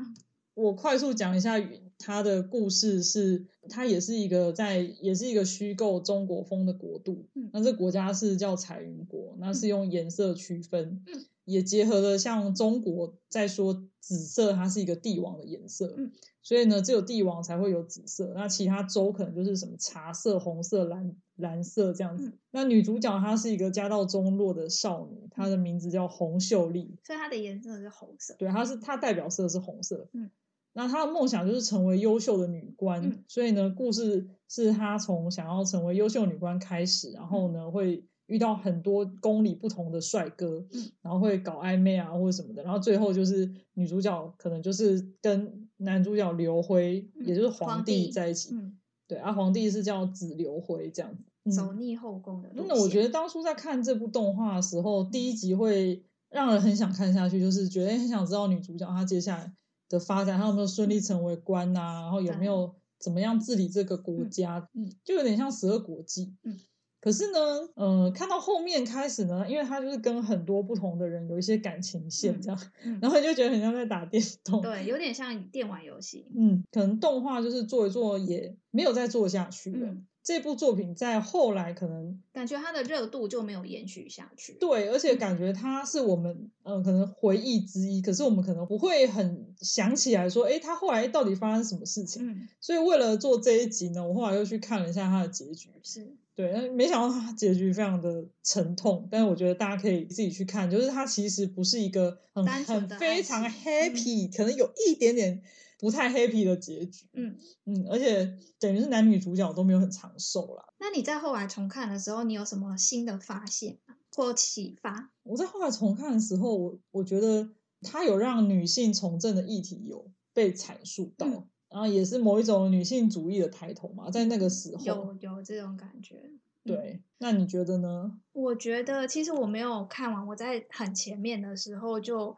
Speaker 1: 我快速讲一下它的故事是，它也是一个在也是一个虚构中国风的国度。
Speaker 2: 嗯
Speaker 1: 那这国家是叫彩云国，那是用颜色区分，
Speaker 2: 嗯
Speaker 1: 也结合了像中国在说紫色，它是一个帝王的颜色，
Speaker 2: 嗯
Speaker 1: 所以呢，只有帝王才会有紫色，那其他州可能就是什么茶色、红色、蓝蓝色这样子。
Speaker 2: 嗯
Speaker 1: 那女主角她是一个家道中落的少女，她
Speaker 2: 嗯
Speaker 1: 的名字叫洪秀丽，
Speaker 2: 所以它的颜色是红色。
Speaker 1: 对，她是她代表色是红色。
Speaker 2: 嗯，
Speaker 1: 那她的梦想就是成为优秀的女官，
Speaker 2: 嗯
Speaker 1: 所以呢，故事是她从想要成为优秀女官开始，然
Speaker 2: 嗯
Speaker 1: 后呢会遇到很多公里不同的帅哥，
Speaker 2: 嗯
Speaker 1: 然后会搞暧昧啊或者什么的，然后最后就是女主角可能就是跟男主角刘辉，
Speaker 2: 嗯
Speaker 1: 也就是
Speaker 2: 皇
Speaker 1: 帝
Speaker 2: 帝
Speaker 1: 在一起。
Speaker 2: 嗯，
Speaker 1: 对啊，皇帝是叫子刘辉这样子。嗯
Speaker 2: 走逆后宫的路
Speaker 1: 真
Speaker 2: 线。
Speaker 1: 的，我觉得当初在看这部动画的时候，第一集会让人很想看下去，就是觉得很想知道女主角她接下来的发展，她有没有顺利成为官呐、然后有没有怎么样治理这个国家，
Speaker 2: 嗯，
Speaker 1: 就有点像《十二国记》。
Speaker 2: 嗯，
Speaker 1: 可是呢，呃，看到后面开始呢，因为她就是跟很多不同的人有一些感情线这样，
Speaker 2: 嗯
Speaker 1: 然后就觉得很像在打电动。
Speaker 2: 对，有点像电玩游戏。
Speaker 1: 嗯，可能动画就是做一做也没有再做下去了。
Speaker 2: 嗯，
Speaker 1: 这部作品在后来可能
Speaker 2: 感觉它的热度就没有延续下去。
Speaker 1: 对，而且
Speaker 2: 嗯
Speaker 1: 感觉它是我们呃可能回忆之一，可是我们可能不会很想起来说，诶，它后来到底发生什么事情？
Speaker 2: 嗯，
Speaker 1: 所以为了做这一集呢，我后来又去看了一下它的结局，
Speaker 2: 是，
Speaker 1: 对，但没想到它结局非常的沉痛，但是我觉得大家可以自己去看，就是它其实不是一个很
Speaker 2: 单纯
Speaker 1: 很
Speaker 2: 的爱
Speaker 1: 非常
Speaker 2: 情嗯
Speaker 1: happy，、可能有一点点不太 happy 的结局，
Speaker 2: 嗯。
Speaker 1: 嗯，而且等于是男女主角都没有很长寿啦。
Speaker 2: 那你在后来重看的时候，你有什么新的发现吗或启发？
Speaker 1: 我在后来重看的时候，我我觉得它有让女性从政的议题有被阐述到，
Speaker 2: 嗯
Speaker 1: 然后也是某一种女性主义的抬头嘛，在那个时候
Speaker 2: 有，嗯有这种感觉？嗯
Speaker 1: 对，那你觉得呢？
Speaker 2: 我觉得其实我没有看完，我在很前面的时候就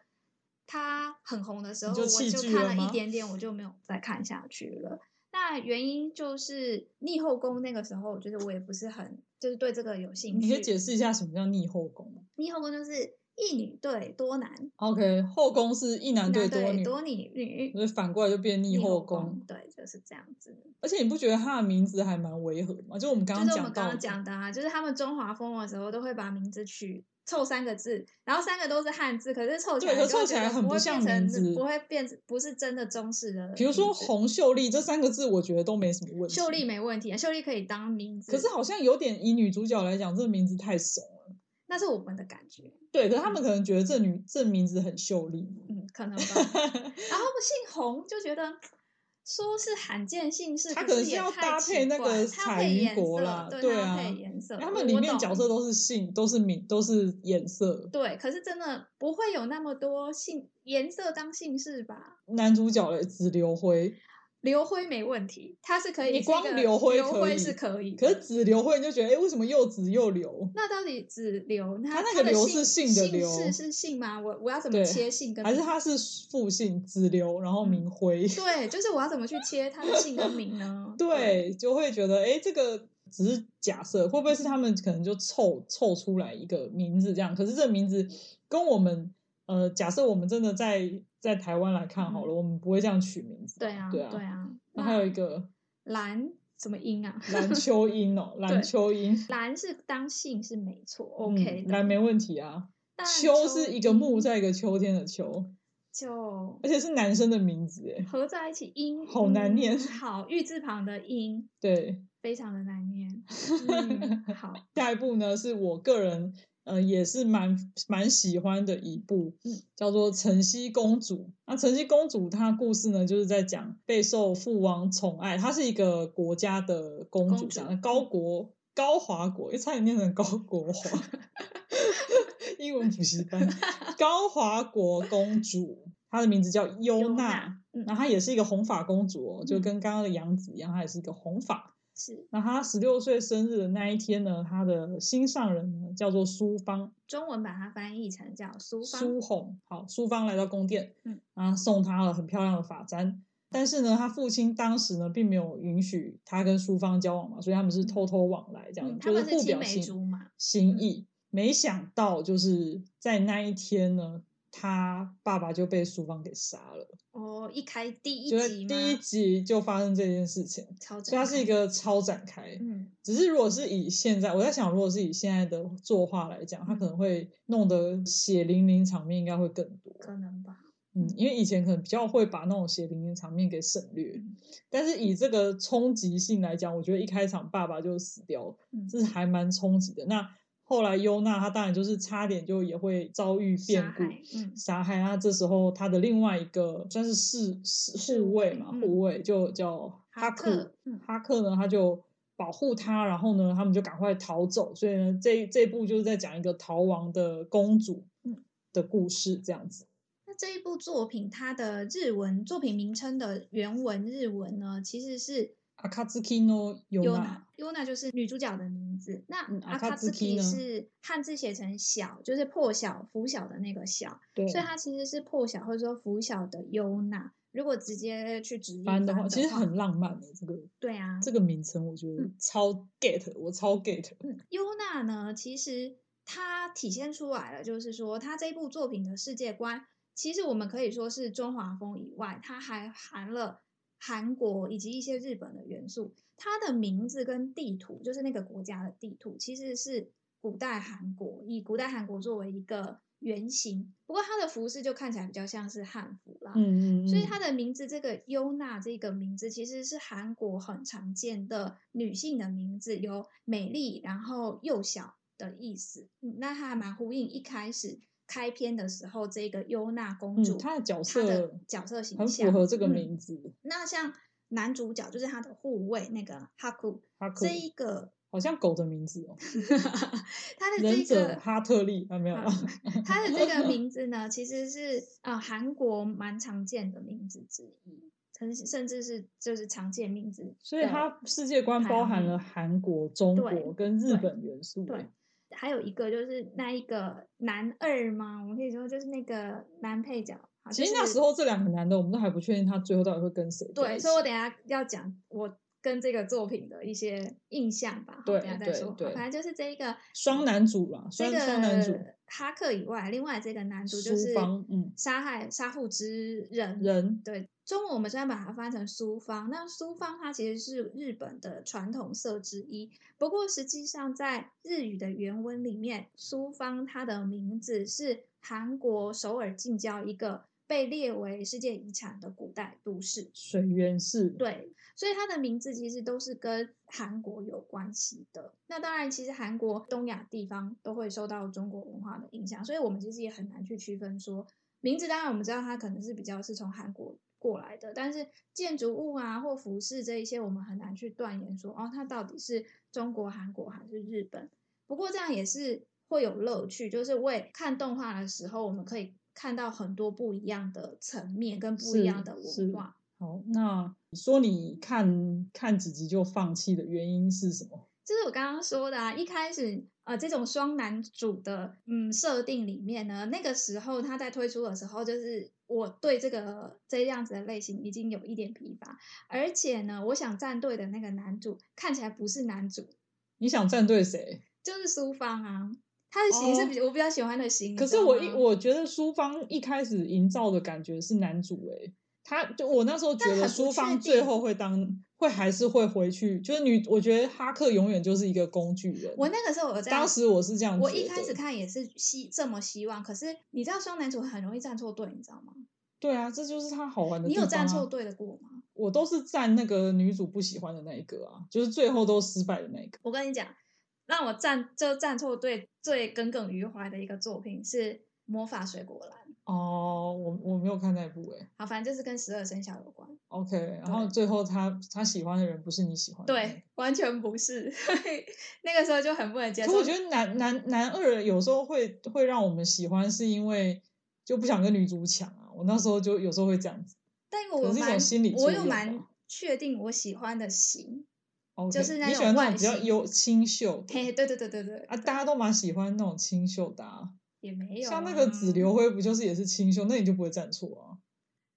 Speaker 2: 它很红的时候，
Speaker 1: 你就
Speaker 2: 我
Speaker 1: 弃
Speaker 2: 就
Speaker 1: 剧
Speaker 2: 看
Speaker 1: 了
Speaker 2: 了一
Speaker 1: 吗
Speaker 2: 点点，我就没有再看下去了。那原因就是逆后宫那个时候，就是我也不是很就是对这个有兴
Speaker 1: 你可以
Speaker 2: 趣。
Speaker 1: 解释一下什么叫逆后宫
Speaker 2: 逆后宫就是一女对多男，
Speaker 1: ？OK，后宫是一男
Speaker 2: 男
Speaker 1: 啊对多女，
Speaker 2: 多女女，
Speaker 1: 所以反过来就变逆后
Speaker 2: 宫
Speaker 1: 宫。，
Speaker 2: 对，就是这样子。
Speaker 1: 而且你不觉得它的名字还蛮违和的吗？就我们刚
Speaker 2: 就
Speaker 1: 刚
Speaker 2: 是我
Speaker 1: 讲
Speaker 2: 们刚
Speaker 1: 到
Speaker 2: 刚
Speaker 1: 的，
Speaker 2: 讲的啊，就是他们中华风的时候都会把名字取凑三个字，然后三个都是汉字，可是凑起
Speaker 1: 对
Speaker 2: 来
Speaker 1: 可
Speaker 2: 就会
Speaker 1: 凑起
Speaker 2: 觉
Speaker 1: 来
Speaker 2: 得
Speaker 1: 很
Speaker 2: 不
Speaker 1: 不
Speaker 2: 会
Speaker 1: 像
Speaker 2: 变成
Speaker 1: 名字
Speaker 2: 不会变成不是真的中式的名字。
Speaker 1: 比如说洪秀丽这三个字，我觉得都没什么问题。
Speaker 2: 秀丽，没问题啊，秀丽可以当名字，
Speaker 1: 可是好像有点以女主角来讲，这个名字太怂了。
Speaker 2: 那是我们的感觉，
Speaker 1: 对，可是他们可能觉得这女这名字很秀丽，
Speaker 2: 嗯，可能
Speaker 1: (laughs)
Speaker 2: 吧。然后姓洪就觉得。说是罕见姓氏，
Speaker 1: 他
Speaker 2: 可
Speaker 1: 可能
Speaker 2: 是
Speaker 1: 是
Speaker 2: 也
Speaker 1: 要
Speaker 2: 太
Speaker 1: 搭
Speaker 2: 奇
Speaker 1: 配那
Speaker 2: 怪
Speaker 1: 个
Speaker 2: 它要
Speaker 1: 彩
Speaker 2: 配
Speaker 1: 云
Speaker 2: 颜
Speaker 1: 国
Speaker 2: 色
Speaker 1: 啦
Speaker 2: 对
Speaker 1: 对
Speaker 2: 它要
Speaker 1: 啊
Speaker 2: 配颜色，
Speaker 1: 他们
Speaker 2: 我
Speaker 1: 里
Speaker 2: 我
Speaker 1: 面
Speaker 2: 懂
Speaker 1: 角色都是姓，都是名，都是颜色。
Speaker 2: 对，可是真的不会有那么多姓颜色当姓氏吧？
Speaker 1: 男主角嘞，紫流辉，
Speaker 2: 刘辉没问题，他是可以。
Speaker 1: 你
Speaker 2: 这
Speaker 1: 光
Speaker 2: 个
Speaker 1: 刘辉
Speaker 2: 刘
Speaker 1: 可
Speaker 2: 辉
Speaker 1: 以
Speaker 2: 是可以的。
Speaker 1: 可是紫流辉你就觉得，哎、为什么又紫又流？
Speaker 2: 那到底子刘，
Speaker 1: 他
Speaker 2: 他
Speaker 1: 那个
Speaker 2: 他的
Speaker 1: 刘
Speaker 2: 姓
Speaker 1: 是姓的刘
Speaker 2: 氏是姓吗？我我要怎么
Speaker 1: 对
Speaker 2: 切姓跟嗯
Speaker 1: 还是
Speaker 2: 名
Speaker 1: 他是父姓紫流，然后名辉？？
Speaker 2: 对，就是我要怎么去切他的姓跟名呢
Speaker 1: (laughs) 对，就会觉得，哎、这个只是假设，会不会是他们可能就凑凑出来一个名字这样？可是这个名字跟我们，呃，假设我们真的在在台湾来看好了，我们不会这样取名字吧。
Speaker 2: 对啊，
Speaker 1: 对
Speaker 2: 对啊。
Speaker 1: 然后还有
Speaker 2: 嗯那
Speaker 1: 一个
Speaker 2: 蓝什么音啊？ (laughs)
Speaker 1: 蓝秋英哦，蓝秋英
Speaker 2: 蓝是当姓是没错
Speaker 1: 嗯
Speaker 2: ，OK 的。
Speaker 1: 蓝没问题啊。
Speaker 2: 但
Speaker 1: 秋是一个木，
Speaker 2: 音
Speaker 1: 在一个秋天的秋，
Speaker 2: 就
Speaker 1: 而且是男生的名字哎。
Speaker 2: 合在一起音，
Speaker 1: 好难
Speaker 2: 嗯
Speaker 1: 念
Speaker 2: 好，玉字旁的音
Speaker 1: 对，
Speaker 2: 非常的
Speaker 1: (laughs)
Speaker 2: 难念。嗯好，
Speaker 1: 下一部呢是我个人呃也是蛮蛮喜欢的一部，
Speaker 2: 嗯
Speaker 1: 叫做《晨曦公主》。那《晨曦公主》她故事呢就是在讲备受父王宠爱，她是一个国家的公主，嗯
Speaker 2: 公主
Speaker 1: 长得高国高华国，差点念成高国华。 (laughs) 英文补习班，高华国公主，她的名字叫 (laughs) 优
Speaker 2: 优
Speaker 1: 娜
Speaker 2: 娜。嗯
Speaker 1: 那她也是一个红发公主、哦，就
Speaker 2: 嗯
Speaker 1: 跟刚刚的杨紫一样，她也是一个红发。
Speaker 2: 是
Speaker 1: 那他十六岁生日的那一天呢，他的心上人呢叫做苏芳，
Speaker 2: 中文把它翻译成叫苏芳，
Speaker 1: 苏红。好，苏芳来到宫殿，
Speaker 2: 嗯，
Speaker 1: 啊，送他了很漂亮的发簪。但是呢，他父亲当时呢，并没有允许他跟苏芳交往嘛，所以他们是偷偷往来，这样、
Speaker 2: 嗯，他
Speaker 1: 就
Speaker 2: 们
Speaker 1: 互
Speaker 2: 青
Speaker 1: 表
Speaker 2: 梅
Speaker 1: 心
Speaker 2: 竹嗯马，
Speaker 1: 心意。没想到就是在那一天呢，他爸爸就被苏芳给杀了，
Speaker 2: 哦，一开第一
Speaker 1: 就是
Speaker 2: 集吗？
Speaker 1: 第一集就发生这件事情，
Speaker 2: 超
Speaker 1: 所以它是一个
Speaker 2: 个
Speaker 1: 超展开。
Speaker 2: 嗯
Speaker 1: 只是如果是以现在，我在想，如果是以现在的作画来讲，它可能会弄得血淋淋场面应该会更多。
Speaker 2: 可能吧，
Speaker 1: 嗯，因为以前可能比较会把那种血淋淋场面给省略，
Speaker 2: 嗯
Speaker 1: 但是以这个冲击性来讲，我觉得一开场爸爸就死掉了，
Speaker 2: 嗯
Speaker 1: 这是还蛮冲击的。那后来优娜她当然就是差点就也会遭遇变
Speaker 2: 杀
Speaker 1: 故。
Speaker 2: 害嗯
Speaker 1: 杀害那啊这时候，他的另外一个算是侍侍
Speaker 2: 侍
Speaker 1: 护
Speaker 2: 卫
Speaker 1: 卫嘛，
Speaker 2: 嗯
Speaker 1: 护卫就叫哈
Speaker 2: 哈
Speaker 1: 库，
Speaker 2: 克嗯
Speaker 1: 哈克呢，他就保护他，然后呢，他们就赶快逃走。所以呢，这这一部就是在讲一个逃亡的公主
Speaker 2: 嗯
Speaker 1: 的故事，这样子。
Speaker 2: 那这一部作品，它的日文作品名称的原文日文呢，其实是
Speaker 1: 阿卡兹基诺尤娜，
Speaker 2: Yuna，Yuna 就是女主角的名字。那
Speaker 1: 嗯 Akatsuki
Speaker 2: Akatsuki
Speaker 1: 呢
Speaker 2: 是汉字写成小，就是破晓、拂晓的那个晓，
Speaker 1: 对，
Speaker 2: 所以它其实是破晓或者说拂晓的 Yuna。如果直接去直译
Speaker 1: 翻的
Speaker 2: 话，
Speaker 1: 话其实很浪漫的、这个
Speaker 2: 对啊。
Speaker 1: 这个名称，我觉得
Speaker 2: 嗯
Speaker 1: 超 get，我超 get。
Speaker 2: 嗯，优娜呢，其实它体现出来了，就是说它这部作品的世界观，其实我们可以说是中华风以外，它还含了韩国以及一些日本的元素。它的名字跟地图，就是那个国家的地图，其实是古代韩国，以古代韩国作为一个原型。不过它的服饰就看起来比较像是汉服啦，
Speaker 1: 嗯嗯嗯，
Speaker 2: 所以她的名字这个优娜这个名字其实是韩国很常见的女性的名字，有美丽然后幼小的意思。嗯那它还蛮呼应一开始开篇的时候这个优娜公主、
Speaker 1: 嗯，她的角
Speaker 2: 她的
Speaker 1: 色
Speaker 2: 角色形
Speaker 1: 很符
Speaker 2: 象
Speaker 1: 合这个
Speaker 2: 嗯
Speaker 1: 名字。
Speaker 2: 那像男主角就是她的护卫那个哈库，
Speaker 1: 哈克
Speaker 2: 这一个
Speaker 1: 好像狗的名字哦，
Speaker 2: 他的
Speaker 1: 忍
Speaker 2: 这
Speaker 1: 者
Speaker 2: 个
Speaker 1: 哈特利啊，没有
Speaker 2: 啊
Speaker 1: 啦，
Speaker 2: 他的这个名字呢，其实是呃韩国蛮常见的名字之一，甚甚至是就是常见名字。
Speaker 1: (laughs) 所以它世界观包含了韩国、中国
Speaker 2: 对
Speaker 1: 跟日
Speaker 2: 对
Speaker 1: 本元素。
Speaker 2: 对，还有一个就是那一个男二嘛，我们可以说就是那个男配角。好
Speaker 1: 其实那时
Speaker 2: 候
Speaker 1: 候这两个男的，我们都还不确定他最后到底会跟谁在
Speaker 2: 对，
Speaker 1: 一
Speaker 2: 所以我
Speaker 1: 起
Speaker 2: 等一下要讲我跟这个作品的一些印象吧，好
Speaker 1: 对
Speaker 2: 等一下再
Speaker 1: 对
Speaker 2: 说。好
Speaker 1: 对
Speaker 2: 反正就是这一个
Speaker 1: 双男主啦，
Speaker 2: 嗯这
Speaker 1: 双
Speaker 2: 个
Speaker 1: 双男主
Speaker 2: 哈克以外，另外这个男主就
Speaker 1: 苏
Speaker 2: 是
Speaker 1: 芳嗯
Speaker 2: 杀害杀父之人
Speaker 1: 人，
Speaker 2: 对，中文我们虽然把它翻成苏方，那苏方它其实是日本的传统色之一。不过实际上在日语的原文里面，苏方它的名字是韩国首尔近郊一个被列为世界遗产的古代都市。
Speaker 1: 水源氏，
Speaker 2: 对，所以它的名字其实都是跟韩国有关系的。那当然，其实韩国东亚地方都会受到中国文化的影响，所以我们其实也很难去区分说名字。当然，我们知道它可能是比较是从韩国过来的，但是建筑物啊或服饰这一些，我们很难去断言说哦，它到底是中国、韩国还是日本。不过这样也是会有乐趣，就是为看动画的时候，我们可以看到很多不一样的层面跟不
Speaker 1: 是
Speaker 2: 一样的
Speaker 1: 是
Speaker 2: 文化。
Speaker 1: 好，那你说你看看几集就放弃的原因是什么？
Speaker 2: 就是我刚刚说的啊，一开始呃，这种双男主的嗯设定里面呢，那个时候他在推出的时候，就是我对这个这样子的类型已经有一点疲乏，而且呢，我想站队的那个男主看起来不是男主，
Speaker 1: 你想站队谁？
Speaker 2: 就是苏芳啊，他的型是比、我比较喜欢的啊型。
Speaker 1: 哦可
Speaker 2: 你知
Speaker 1: 是
Speaker 2: 道
Speaker 1: 我一
Speaker 2: 吗
Speaker 1: 我觉得苏芳一开始营造的感觉是男主诶、他就我那时候觉
Speaker 2: 但
Speaker 1: 得
Speaker 2: 很不
Speaker 1: 苏芳
Speaker 2: 确
Speaker 1: 最
Speaker 2: 定
Speaker 1: 后会当会还是会回去，就是女，我觉得哈克永远就是一个工具人。
Speaker 2: 我那个时候我在
Speaker 1: 当时我是这样觉得，
Speaker 2: 我一开始看也是希这么希望，可是你知道双男主很容易站错队，你知道吗？
Speaker 1: 对啊，这就是他好玩的
Speaker 2: 你
Speaker 1: 地
Speaker 2: 有
Speaker 1: 方、啊。
Speaker 2: 站错队的过吗？
Speaker 1: 我都是站那个女主不喜欢的那一个啊，就是最后都失败的那一个。
Speaker 2: 我跟你讲，让我站就站错队最耿耿于怀的一个作品是《魔法水果篮》，
Speaker 1: 哦，我我没有看那部诶、
Speaker 2: 好，反正就是跟十二生肖有关。
Speaker 1: OK，然后最后他他喜欢的人不是你喜欢的、那个
Speaker 2: 对，完全不是， (laughs) 那个时候就很不能接
Speaker 1: 可
Speaker 2: 受。
Speaker 1: 我觉得男男男二有时候会会让我们喜欢，是因为就不想跟女主抢啊。我那时候就有时候会这样子，
Speaker 2: 但
Speaker 1: 可
Speaker 2: 我
Speaker 1: 能是一种
Speaker 2: 蛮
Speaker 1: 心理
Speaker 2: 我
Speaker 1: 作
Speaker 2: 有
Speaker 1: 用
Speaker 2: 蛮
Speaker 1: 吧
Speaker 2: 确定我喜欢的型，
Speaker 1: 哦，
Speaker 2: 就是那
Speaker 1: 你喜
Speaker 2: 种
Speaker 1: 欢那
Speaker 2: 外
Speaker 1: 种比较
Speaker 2: 形
Speaker 1: 有清秀的
Speaker 2: 嘿，对对对对对，
Speaker 1: 啊，大家都蛮喜欢那种清秀的、啊，
Speaker 2: 也没有、啊、
Speaker 1: 像那个紫流，辉不就是也是清秀，那你就不会站错啊。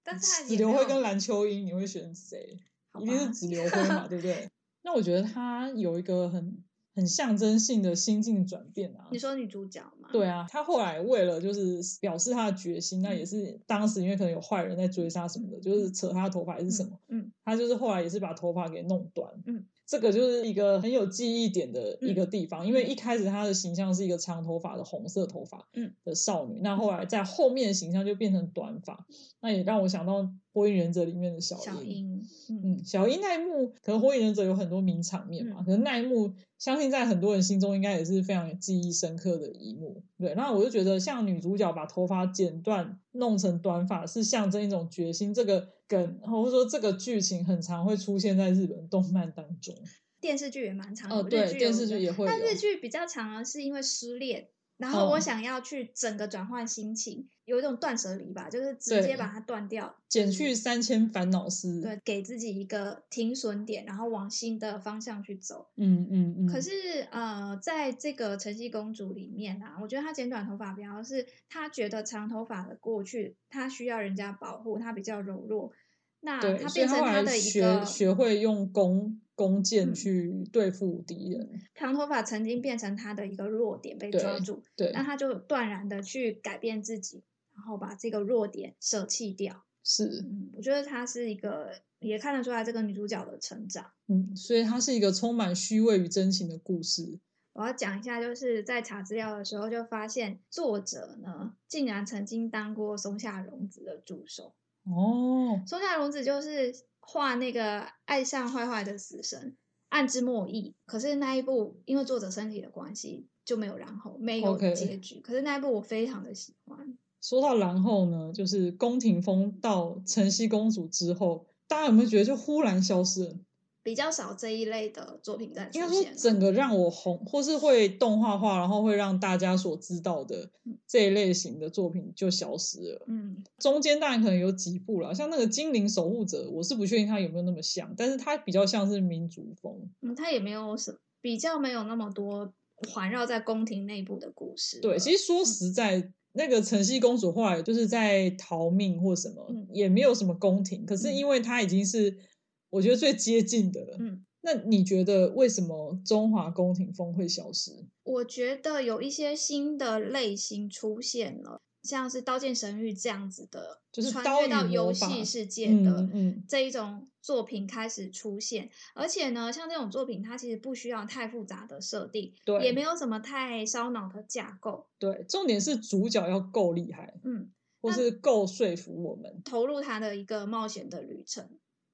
Speaker 2: 但是他
Speaker 1: 紫
Speaker 2: 也没
Speaker 1: 流辉
Speaker 2: 有
Speaker 1: 跟蓝秋英，你会选谁？
Speaker 2: 好
Speaker 1: 一定
Speaker 2: 吧
Speaker 1: 是紫流辉嘛，对不对？ (laughs) 那我觉得他有一个很很象征性的心境转变啊
Speaker 2: 你。说女主角嘛，
Speaker 1: 对啊，他后来为了就是表示他的决心，那也
Speaker 2: 嗯
Speaker 1: 是当时因为可能有坏人在追杀什么的，就是扯他的头发还是
Speaker 2: 嗯
Speaker 1: 什么，？
Speaker 2: 嗯，
Speaker 1: 他就是后来也是把头发给弄短。
Speaker 2: 嗯，
Speaker 1: 这个就是一个很有记忆点的一个地方，因为
Speaker 2: 嗯
Speaker 1: 一开始他的形象是一个长头发的红色头发
Speaker 2: 嗯
Speaker 1: 的少女，那后来在后面的形象就变成短发，那也让我想到《火影忍者》里面的小
Speaker 2: 小
Speaker 1: 樱。
Speaker 2: 樱，嗯，
Speaker 1: 嗯，小樱那一幕，可能《火影忍者》有很多名场面嘛，
Speaker 2: 嗯
Speaker 1: 可能那一幕，相信在很多人心中应该也是非常记忆深刻的一幕。对，那我就觉得像女主角把头发剪断，弄成短发，是象征一种决心。这个梗，或者说这个剧情，很常会出现在日本动漫当中。
Speaker 2: 电视剧也蛮长的，
Speaker 1: 哦，
Speaker 2: 日
Speaker 1: 对，
Speaker 2: 剧
Speaker 1: 电
Speaker 2: 有
Speaker 1: 视
Speaker 2: 的
Speaker 1: 剧也会有。
Speaker 2: 但日剧比较长啊的是因为失恋，然后我
Speaker 1: 哦
Speaker 2: 想要去整个转换心情，有一种断舍离吧，就是直
Speaker 1: 对
Speaker 2: 接把它断掉，
Speaker 1: 减去三千烦恼丝。
Speaker 2: 对，给自己一个停损点，然后往新的方向去走。
Speaker 1: 嗯嗯嗯。
Speaker 2: 可是呃，在这个晨曦公主里面啊，我觉得她剪短头发比较是她觉得长头发的过去，她需要人家保护，她比较柔弱。那
Speaker 1: 对，
Speaker 2: 她
Speaker 1: 所以
Speaker 2: 啊变成
Speaker 1: 后
Speaker 2: 她
Speaker 1: 来
Speaker 2: 的一
Speaker 1: 学
Speaker 2: 个
Speaker 1: 学会用弓弓箭
Speaker 2: 嗯
Speaker 1: 去对付敌人。
Speaker 2: 长头发曾经变成她的一个弱点被
Speaker 1: 对
Speaker 2: 抓住，
Speaker 1: 对，
Speaker 2: 那她就断然的去改变自己，然后把这个弱点舍弃掉。
Speaker 1: 是。
Speaker 2: 嗯，我觉得她是一个也看得出来这个女主角的成长。
Speaker 1: 嗯，所以它是一个充满虚伪与真情的故事。
Speaker 2: 我要讲一下，就是在查资料的时候就发现，作者呢竟然曾经当过松下荣子的助手。
Speaker 1: 哦，
Speaker 2: 松下荣子就是画那个爱上坏坏的死神暗之莫弈，可是那一部因为作者身体的关系就没有然后没有
Speaker 1: OK
Speaker 2: 结局。可是那一部我非常的喜欢，
Speaker 1: 说到然后呢，就是宫廷风到晨曦公主之后，大家有没有觉得就忽然消失了？
Speaker 2: 比较少这一类的作品在出
Speaker 1: 应该说
Speaker 2: 现了。
Speaker 1: 整个让我红，或是会动画化，然后会让大家所知道的这一类型的作品就消失了。
Speaker 2: 嗯，
Speaker 1: 中间当然可能有几部啦，像那个《精灵守护者》，我是不确定它有没有那么像，但是它比较像是民族风。
Speaker 2: 嗯，它也没有什比较没有那么多环绕在宫廷内部的故事了。
Speaker 1: 对，其实说
Speaker 2: 嗯
Speaker 1: 实在，那个晨曦公主后来就是在逃命或什么，
Speaker 2: 嗯
Speaker 1: 也没有什么宫廷，可是
Speaker 2: 嗯
Speaker 1: 因为它已经是我觉得最接近的了。
Speaker 2: 嗯，
Speaker 1: 那你觉得为什么中华宫廷风会消失？
Speaker 2: 我觉得有一些新的类型出现了，像是《刀剑神域》这样子的，
Speaker 1: 就是
Speaker 2: 穿
Speaker 1: 刀
Speaker 2: 越
Speaker 1: 与
Speaker 2: 到游
Speaker 1: 魔法
Speaker 2: 戏世界的
Speaker 1: 嗯嗯，
Speaker 2: 这一种作品开始出现。而且呢，像这种作品，它其实不需要太复杂的设定，
Speaker 1: 对
Speaker 2: 也没有什么太烧脑的架构。
Speaker 1: 对，重点是主角要够厉害，
Speaker 2: 嗯，
Speaker 1: 或
Speaker 2: 那
Speaker 1: 是够说服我们。
Speaker 2: 投入他的一个冒险的旅程。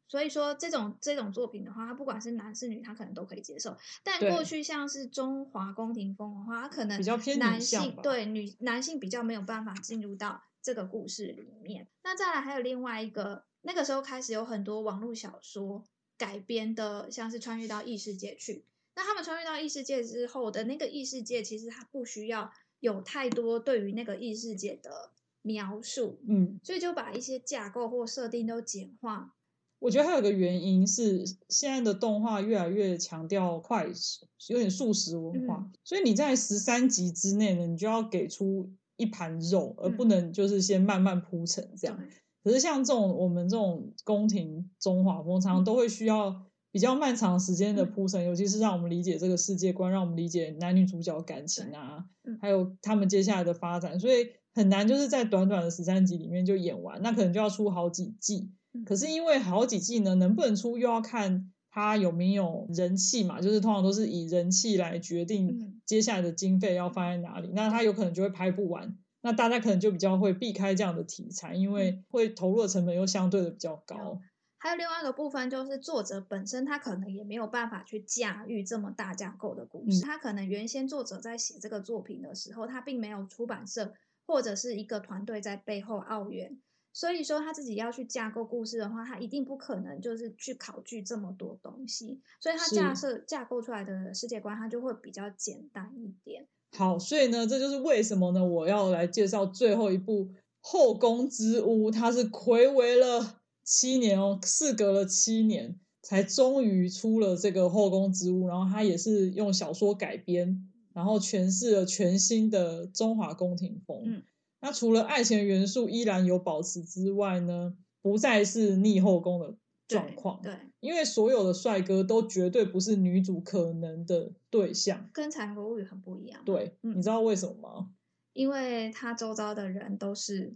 Speaker 2: 所以说，这种这种作品的话，它不管是男是女，他可能都可以接受。但
Speaker 1: 对
Speaker 2: 过去像是中华宫廷风的话，它可能
Speaker 1: 比较偏女
Speaker 2: 男
Speaker 1: 向
Speaker 2: 性
Speaker 1: 吧
Speaker 2: 对女男性比较没有办法进入到这个故事里面。那再来还有另外一个，那个时候开始有很多网络小说改编的，像是穿越到异世界去。那他们穿越到异世界之后的那个异世界，其实它不需要有太多对于那个异世界的描述，
Speaker 1: 嗯，
Speaker 2: 所以就把一些架构或设定都简化。
Speaker 1: 我觉得还有一个原因是，现在的动画越来越强调快速，有点速食文化，
Speaker 2: 嗯
Speaker 1: 所以你在十三集之内呢，你就要给出一盘肉，而不
Speaker 2: 嗯
Speaker 1: 能就是先慢慢铺陈这样。
Speaker 2: 对，
Speaker 1: 可是像这种我们这种宫廷中华风，常常都会需要比较漫长时间的
Speaker 2: 嗯
Speaker 1: 铺陈，尤其是让我们理解这个世界观，让我们理解男女主角感情啊
Speaker 2: 对嗯，
Speaker 1: 还有他们接下来的发展，所以很难就是在短短的十三集里面就演完，那可能就要出好几季
Speaker 2: 嗯。
Speaker 1: 可是因为好几季呢，能不能出又要看它有没有人气嘛，就是通常都是以人气来决定
Speaker 2: 嗯
Speaker 1: 接下来的经费要放在哪里，那它有可能就会拍不完。那大家可能就比较会避开这样的题材，因为会投入的成本又相对的比较高。
Speaker 2: 还有另外一个部分就是作者本身他可能也没有办法去驾驭这么大架构的故事，
Speaker 1: 嗯
Speaker 2: 他可能原先作者在写这个作品的时候，他并没有出版社或者是一个团队在背后澳援。所以说他自己要去架构故事的话，他一定不可能就是去考据这么多东西，所以他
Speaker 1: 是
Speaker 2: 架设架构出来的世界观，它就会比较简单一点。
Speaker 1: 好，所以呢，这就是为什么呢，我要来介绍最后一部《后宫之屋》，它是暌违了七年哦，事隔了七年。才终于出了这个《后宫之物》，然后它也是用小说改编，然后诠释了全新的中华宫廷风。
Speaker 2: 嗯
Speaker 1: 那除了爱情元素依然有保持之外呢，不再是逆后宫的状况，
Speaker 2: 对，
Speaker 1: 因为所有的帅哥都绝对不是女主可能的对象。
Speaker 2: 跟《产国物语》很不一样。，
Speaker 1: 对，
Speaker 2: 嗯
Speaker 1: 你知道为什么吗？
Speaker 2: 因为他周遭的人都是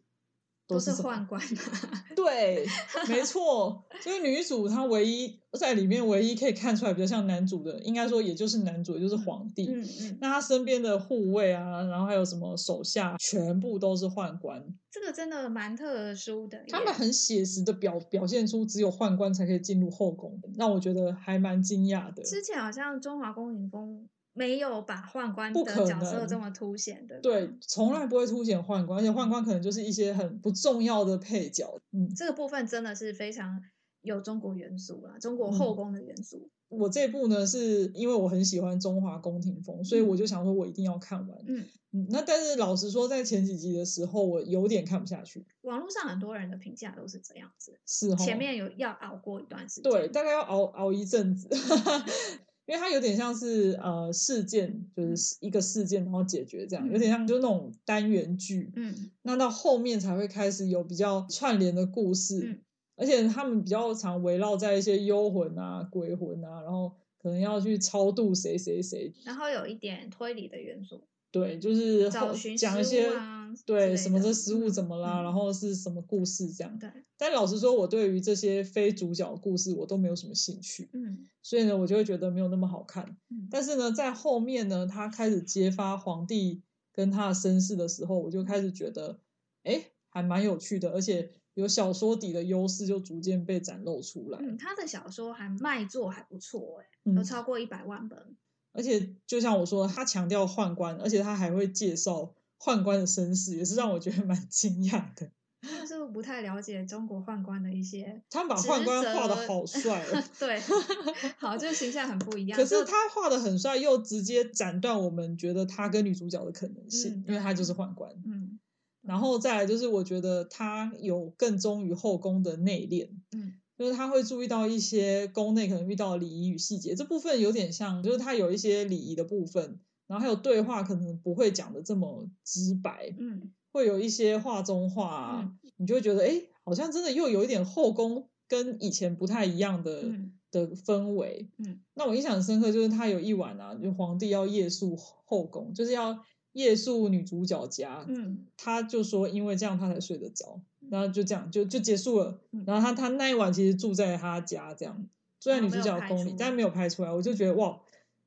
Speaker 1: 都是
Speaker 2: 是
Speaker 1: 什么
Speaker 2: 宦官啊嘛，
Speaker 1: (laughs) 对，没错，就是女主她唯一在里面唯一可以看出来比较像男主的，应该说也就是男主，也就是皇帝。
Speaker 2: 嗯嗯，
Speaker 1: 那他身边的护卫啊，然后还有什么手下，全部都是宦官。
Speaker 2: (laughs) 这个真的蛮特殊的耶。
Speaker 1: 他们很写实的表表现出，只有宦官才可以进入后宫，让我觉得还蛮惊讶的。
Speaker 2: 之前好像中华宫廷风没有把宦官
Speaker 1: 不可
Speaker 2: 的角色
Speaker 1: 能
Speaker 2: 这么凸显的。
Speaker 1: 对，从来不会凸显宦官，而且宦官可能就是一些很不重要的配角。嗯，
Speaker 2: 这个部分真的是非常有中国元素啦，中国
Speaker 1: 嗯
Speaker 2: 后宫的元素。
Speaker 1: 我这部呢，是因为我很喜欢中华宫廷风，所以我就想说，我一定要看完。
Speaker 2: 嗯，
Speaker 1: 嗯，那但是老实说，在前几集的时候，我有点看不下去，
Speaker 2: 网络上很多人的评价都是这样子，
Speaker 1: 是哈。
Speaker 2: 前面有要熬过一段时间。
Speaker 1: 对，大概要熬熬一阵子， (laughs) 因为它有点像是呃事件，
Speaker 2: 嗯
Speaker 1: 就是一个事件然后解决这样，有点像就那种单元剧。
Speaker 2: 嗯，
Speaker 1: 那到后面才会开始有比较串联的故事，
Speaker 2: 嗯
Speaker 1: 而且他们比较常围绕在一些幽魂啊、鬼魂啊，然后可能要去超度谁谁谁，
Speaker 2: 然后有一点推理的元素，
Speaker 1: 对，就是后
Speaker 2: 找寻
Speaker 1: 讲一
Speaker 2: 食
Speaker 1: 些
Speaker 2: 物啊之
Speaker 1: 对
Speaker 2: 类
Speaker 1: 什么
Speaker 2: 的
Speaker 1: 这食物
Speaker 2: 嗯
Speaker 1: 怎么啦，
Speaker 2: 嗯
Speaker 1: 然后是什么故事这样。
Speaker 2: 对，
Speaker 1: 但老实说，我对于这些非主角的故事我都没有什么兴趣，
Speaker 2: 嗯
Speaker 1: 所以呢，我就会觉得没有那么好看。
Speaker 2: 嗯，
Speaker 1: 但是呢，在后面呢，他开始揭发皇帝跟他的身世的时候，我就开始觉得，哎，还蛮有趣的，而且有小说底的优势就逐渐被展露出来。
Speaker 2: 嗯，他的小说还卖座还不错哎、
Speaker 1: 嗯
Speaker 2: 有超过一百万本。
Speaker 1: 而且就像我说的，他强调宦官，而且他还会介绍宦官的身世，也是让我觉得蛮惊讶的。
Speaker 2: 但是我不太了解中国宦官的一些
Speaker 1: 他们把
Speaker 2: 职
Speaker 1: 宦官画的
Speaker 2: 责
Speaker 1: 好帅哦。
Speaker 2: (laughs) 对，好，就形象很不一样。
Speaker 1: 可是
Speaker 2: 就
Speaker 1: 他画的很帅，又直接斩断我们觉得他跟女主角的可能性，
Speaker 2: 嗯
Speaker 1: 因为
Speaker 2: 对
Speaker 1: 他就是宦官。
Speaker 2: 嗯
Speaker 1: 然后再来就是，我觉得他有更忠于后宫的内敛，
Speaker 2: 嗯
Speaker 1: 就是他会注意到一些宫内可能遇到的礼仪与细节，这部分有点像，就是他有一些礼仪的部分，然后还有对话可能不会讲的这么直白，
Speaker 2: 嗯，
Speaker 1: 会有一些话中话、啊，你就会觉得哎，诶好像真的又有一点后宫跟以前不太一样的、
Speaker 2: 嗯
Speaker 1: 的氛围。
Speaker 2: 嗯，
Speaker 1: 那我印象很深刻就是他有一晚啊，就皇帝要夜宿后宫，就是要夜宿女主角家，
Speaker 2: 嗯
Speaker 1: 他就说因为这样他才睡得着，然后就这样就就结束了
Speaker 2: 嗯。
Speaker 1: 然后他他那一晚其实住在他家，这样住在女主角的宫
Speaker 2: 然后没有拍
Speaker 1: 里
Speaker 2: 出，
Speaker 1: 但没有拍出来。我就觉得哇，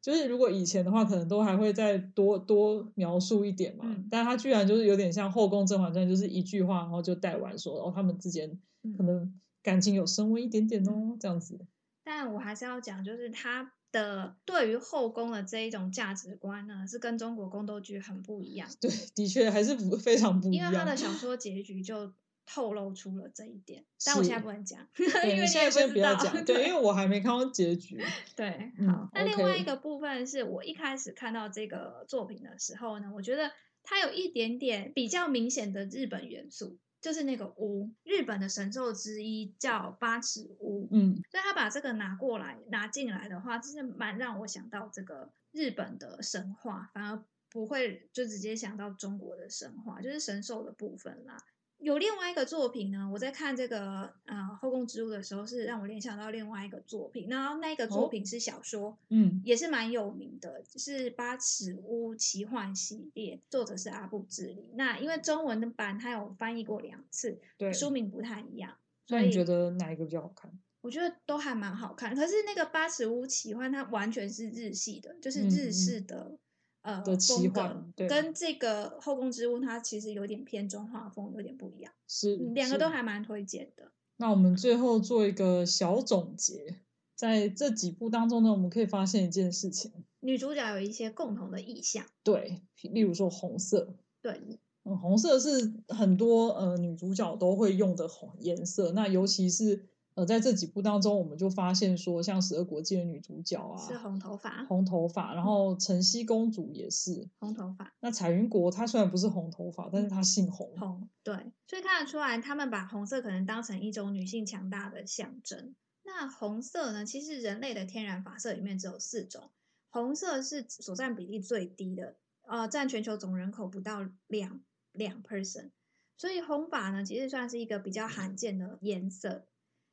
Speaker 1: 就是如果以前的话，可能都还会再多多描述一点嘛。
Speaker 2: 嗯
Speaker 1: 但他居然就是有点像《后宫甄嬛传》，就是一句话，然后就带完说哦，他们之间
Speaker 2: 嗯
Speaker 1: 可能感情有升温一点点哦，这样子。
Speaker 2: 但我还是要讲，就是他的对于后宫的这一种价值观呢，是跟中国宫斗剧很不一样，
Speaker 1: 对，的确还是不非常不一
Speaker 2: 因
Speaker 1: 样。
Speaker 2: 为他的小说结局就透露出了这一点。但我
Speaker 1: 是
Speaker 2: 现在不能讲，
Speaker 1: 对
Speaker 2: 因为
Speaker 1: 你
Speaker 2: 你
Speaker 1: 现
Speaker 2: 也
Speaker 1: 在先
Speaker 2: 不
Speaker 1: 不
Speaker 2: 知
Speaker 1: 要
Speaker 2: 道。
Speaker 1: 讲，对，
Speaker 2: 对
Speaker 1: 因为我还没看到结局。
Speaker 2: (laughs) 对，
Speaker 1: 嗯
Speaker 2: 好。那另外
Speaker 1: OK
Speaker 2: 一个部分是我一开始看到这个作品的时候呢，我觉得它有一点点比较明显的日本元素，就是那个巫，日本的神兽之一叫八尺巫，
Speaker 1: 嗯，
Speaker 2: 所以他把这个拿过来拿进来的话，就是蛮让我想到这个日本的神话，反而不会就直接想到中国的神话，就是神兽的部分啦。有另外一个作品呢，我在看这个呃《后宫之物》的时候，是让我联想到另外一个作品，然后那个
Speaker 1: 哦
Speaker 2: 作品是小说，
Speaker 1: 嗯
Speaker 2: 也是蛮有名的，就是《八尺屋奇幻》系列，作者是阿布智里。那因为中文的版它有翻译过两次，
Speaker 1: 对。
Speaker 2: 书名不太一样，所
Speaker 1: 那你
Speaker 2: 以
Speaker 1: 觉得哪一个比较好看？
Speaker 2: 我觉得都还蛮好看。可是那个《八尺屋奇幻》它完全是日系的，就是
Speaker 1: 嗯
Speaker 2: 日
Speaker 1: 嗯
Speaker 2: 式的、呃
Speaker 1: 的奇
Speaker 2: 风格
Speaker 1: 幻对
Speaker 2: 跟这个《后宫之物》它其实有点偏中华风，有点不一样。
Speaker 1: 是
Speaker 2: 嗯两个都
Speaker 1: 是
Speaker 2: 还蛮推荐的。
Speaker 1: 那我们最后做一个小总结，在这几部当中呢，我们可以发现一件事情，
Speaker 2: 女主角有一些共同的意象，
Speaker 1: 对，例如说红色，
Speaker 2: 对，
Speaker 1: 嗯，红色是很多呃女主角都会用的红颜色，那尤其是呃在这几部当中，我们就发现说，像十二国记的女主角
Speaker 2: 是
Speaker 1: 啊，
Speaker 2: 红头发，
Speaker 1: 红头发，
Speaker 2: 嗯
Speaker 1: 然后晨曦公主也是。
Speaker 2: 红头发。
Speaker 1: 那彩云国她虽然不是红头发，
Speaker 2: 嗯
Speaker 1: 但是她姓红，
Speaker 2: 红，对，所以看得出来，他们把红色可能当成一种女性强大的象征。那红色呢？其实人类的天然发色里面只有四种，红色是所占比例最低的，呃，占全球总人口不到两两 percent，所以红发呢，其实算是一个比较罕见的颜色。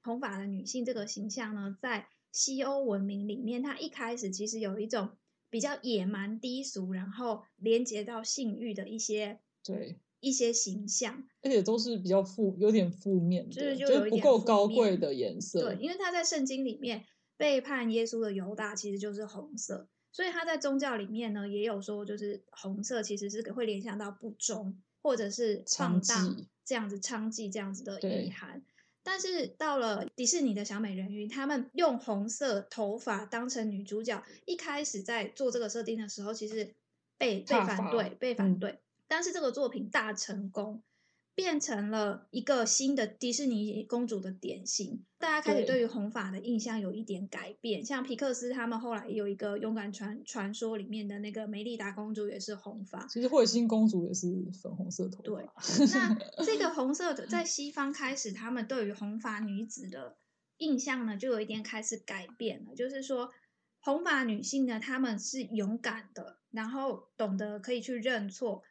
Speaker 2: 红发的女性这个形象呢，在西欧文明里面，它一开始其实有一种比较野蛮低俗，然后连接到性欲的一些
Speaker 1: 对，
Speaker 2: 一些形象。
Speaker 1: 而且都是比较负，有点负面的，
Speaker 2: 就是就有
Speaker 1: 是不
Speaker 2: 一点
Speaker 1: 够
Speaker 2: 负
Speaker 1: 高
Speaker 2: 面
Speaker 1: 贵的颜色。
Speaker 2: 对，因为他在圣经里面背叛耶稣的犹大其实就是红色，所以他在宗教里面呢也有说，就是红色其实是会联想到不忠或者是放
Speaker 1: 娼
Speaker 2: 荡
Speaker 1: 妓
Speaker 2: 这样子娼妓这样子的
Speaker 1: 对
Speaker 2: 意涵。但是到了迪士尼的小美人鱼，他们用红色头发当成女主角，一开始在做这个设定的时候，其实被被
Speaker 1: 挞
Speaker 2: 反
Speaker 1: 伐
Speaker 2: 对，被反
Speaker 1: 嗯
Speaker 2: 对。但是这个作品大成功，变成了一个新的迪士尼公主的典型。大家开始
Speaker 1: 对
Speaker 2: 对于红发的印象有一点改变，像皮克斯他们后来有一个《勇敢传传说》里面的那个梅丽达公主也是红发。
Speaker 1: 其实彗星公主也是粉红色头
Speaker 2: 对
Speaker 1: 发，
Speaker 2: (laughs) 那这个红色的在西方开始，他们对于红发女子的印象呢，就有一点开始改变了。就是说，红发女性呢，她们是勇敢的，然后懂得可以去认错，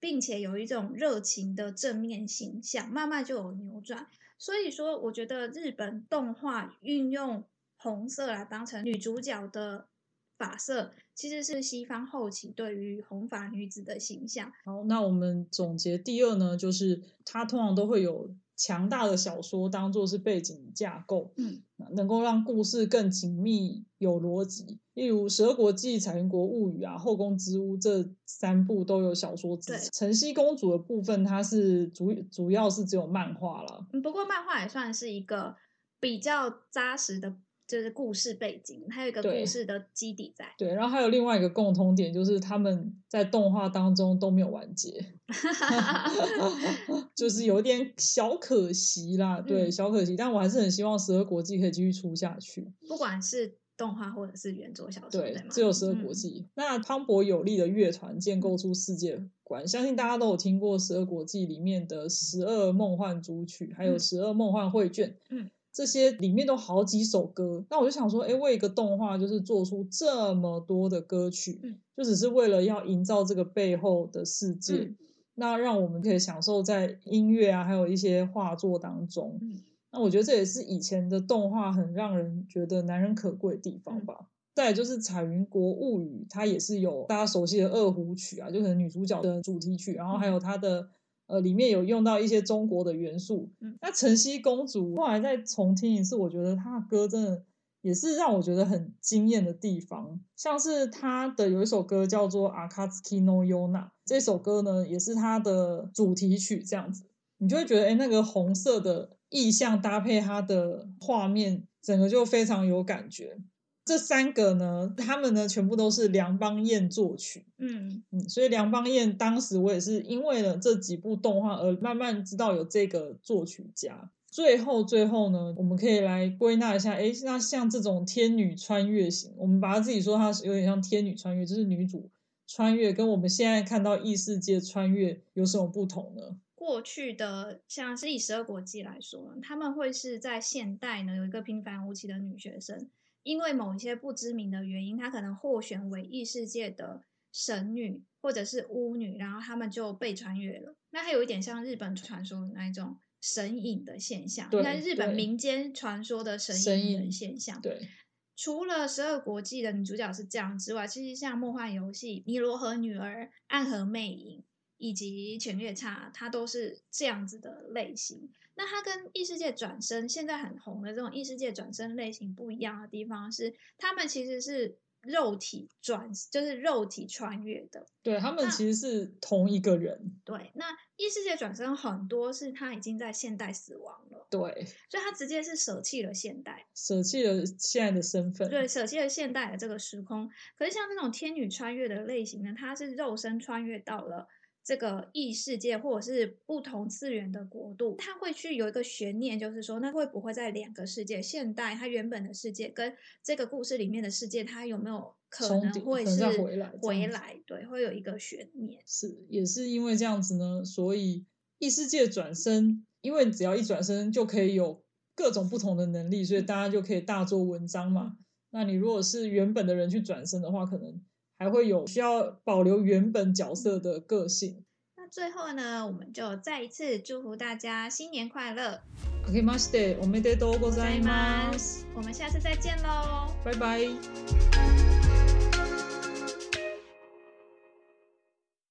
Speaker 2: 并且有一种热情的正面形象，慢慢就有扭转。所以说，我觉得日本动画运用红色来当成女主角的发色，其实是西方后期对于红发女子的形象。
Speaker 1: 好，那我们总结第二呢，就是它通常都会有强大的小说当做是背景架构，
Speaker 2: 嗯，
Speaker 1: 能够让故事更紧密有逻辑。例如《蛇国记》《彩云国物语》啊，《后宫之屋》这三部都有小说支
Speaker 2: 对
Speaker 1: 持。晨曦公主的部分，它是主主要是只有漫画啦，
Speaker 2: 嗯，不过漫画也算是一个比较扎实的，就是故事背景，还有一个故
Speaker 1: 对
Speaker 2: 事的基底在。
Speaker 1: 对，然后还有另外一个共通点，就是他们在动画当中都没有完
Speaker 2: (laughs)
Speaker 1: 结，就是有点小可惜啦。对，
Speaker 2: 嗯
Speaker 1: 小可惜，但我还是很希望《十二国际》可以继续出下去。
Speaker 2: 不管是动画或者是原作小说，对
Speaker 1: 对
Speaker 2: 吗？，
Speaker 1: 只有《十二
Speaker 2: 嗯
Speaker 1: 国际》那磅礴有力的乐团建构出世界观，相信大家都有听过《十二国际》里面的《十二梦幻组曲》，还有
Speaker 2: 嗯
Speaker 1: 《十二梦幻绘卷》。
Speaker 2: 嗯。
Speaker 1: 这些里面都好几首歌，那我就想说，哎，为一个动画就是做出这么多的歌曲，
Speaker 2: 嗯
Speaker 1: 就只是为了要营造这个背后的世界，
Speaker 2: 嗯
Speaker 1: 那让我们可以享受在音乐啊，还有一些画作当中。
Speaker 2: 嗯
Speaker 1: 那我觉得这也是以前的动画很让人觉得难能可贵的地方吧。再来就是《彩云国物语》，它也是有大家熟悉的二胡曲啊，就可能女主角的主题曲，然后还有它的、呃里面有用到一些中国的元素。
Speaker 2: 嗯
Speaker 1: 那晨曦公主后来再重听一次，我觉得她的歌真的也是让我觉得很惊艳的地方，像是他的有一首歌叫做《Akatsuki no Yona》，这首歌呢也是他的主题曲，这样子，你就会觉得，哎，那个红色的意象搭配它的画面，整个就非常有感觉。这三个呢，他们呢全部都是梁邦彦作曲，
Speaker 2: 嗯
Speaker 1: 嗯，所以梁邦彦当时我也是因为了这几部动画而慢慢知道有这个作曲家。最后，最后呢，我们可以来归纳一下，诶，那像这种天女穿越型，我们把它自己说它是有点像天女穿越，就是女主穿越，跟我们现在看到异世界穿越有什么不同呢？
Speaker 2: 过去的像是以十二国际来说，他们会是在现代呢有一个平凡无奇的女学生，因为某一些不知名的原因，她可能获选为异世界的神女或者是巫女，然后她们就被穿越了。那还有一点像日本传说的那一种神隐的现象，应
Speaker 1: 对
Speaker 2: 该是日本
Speaker 1: 对
Speaker 2: 民间传说的神
Speaker 1: 神
Speaker 2: 隐的
Speaker 1: 隐
Speaker 2: 现象。
Speaker 1: 对，
Speaker 2: 除了《十二国际》的女主角是这样之外，其实像《梦幻游戏》《尼罗河女儿》《暗河魅影》以及《犬夜叉》，它都是这样子的类型。那它跟异世界转身现在很红的这种异世界转身类型不一样的地方是，他们其实是肉体转，就是肉体穿越的。
Speaker 1: 对他们
Speaker 2: 那
Speaker 1: 其实是同一个人，
Speaker 2: 对，那异世界转身很多是他已经在现代死亡了，
Speaker 1: 对，
Speaker 2: 所以他直接是舍弃了现代。
Speaker 1: 舍弃了现在的身份，
Speaker 2: 对，舍弃了现代的这个时空。可是像这种天女穿越的类型呢，它是肉身穿越到了这个异世界或者是不同次元的国度，它会去有一个悬念，就是说那会不会在两个世界，现代它原本的世界跟这个故事里面的世界，它有没有可
Speaker 1: 重
Speaker 2: 能
Speaker 1: 叠
Speaker 2: 会
Speaker 1: 可能
Speaker 2: 是
Speaker 1: 再回来这
Speaker 2: 回
Speaker 1: 样子
Speaker 2: 来，对，会有一个悬念。
Speaker 1: 是也是因为这样子呢，所以异世界转身，因为只要一转身就可以有各种不同的能力，所以大家就可以大做文章嘛。那你如果是原本的人去转身的话，可能还会有需要保留原本角色的个性。
Speaker 2: 那最后呢，我们就再一次祝福大家新年快乐！
Speaker 1: 明けましておめでとうございます。
Speaker 2: 我们下次再见喽。
Speaker 1: 拜拜。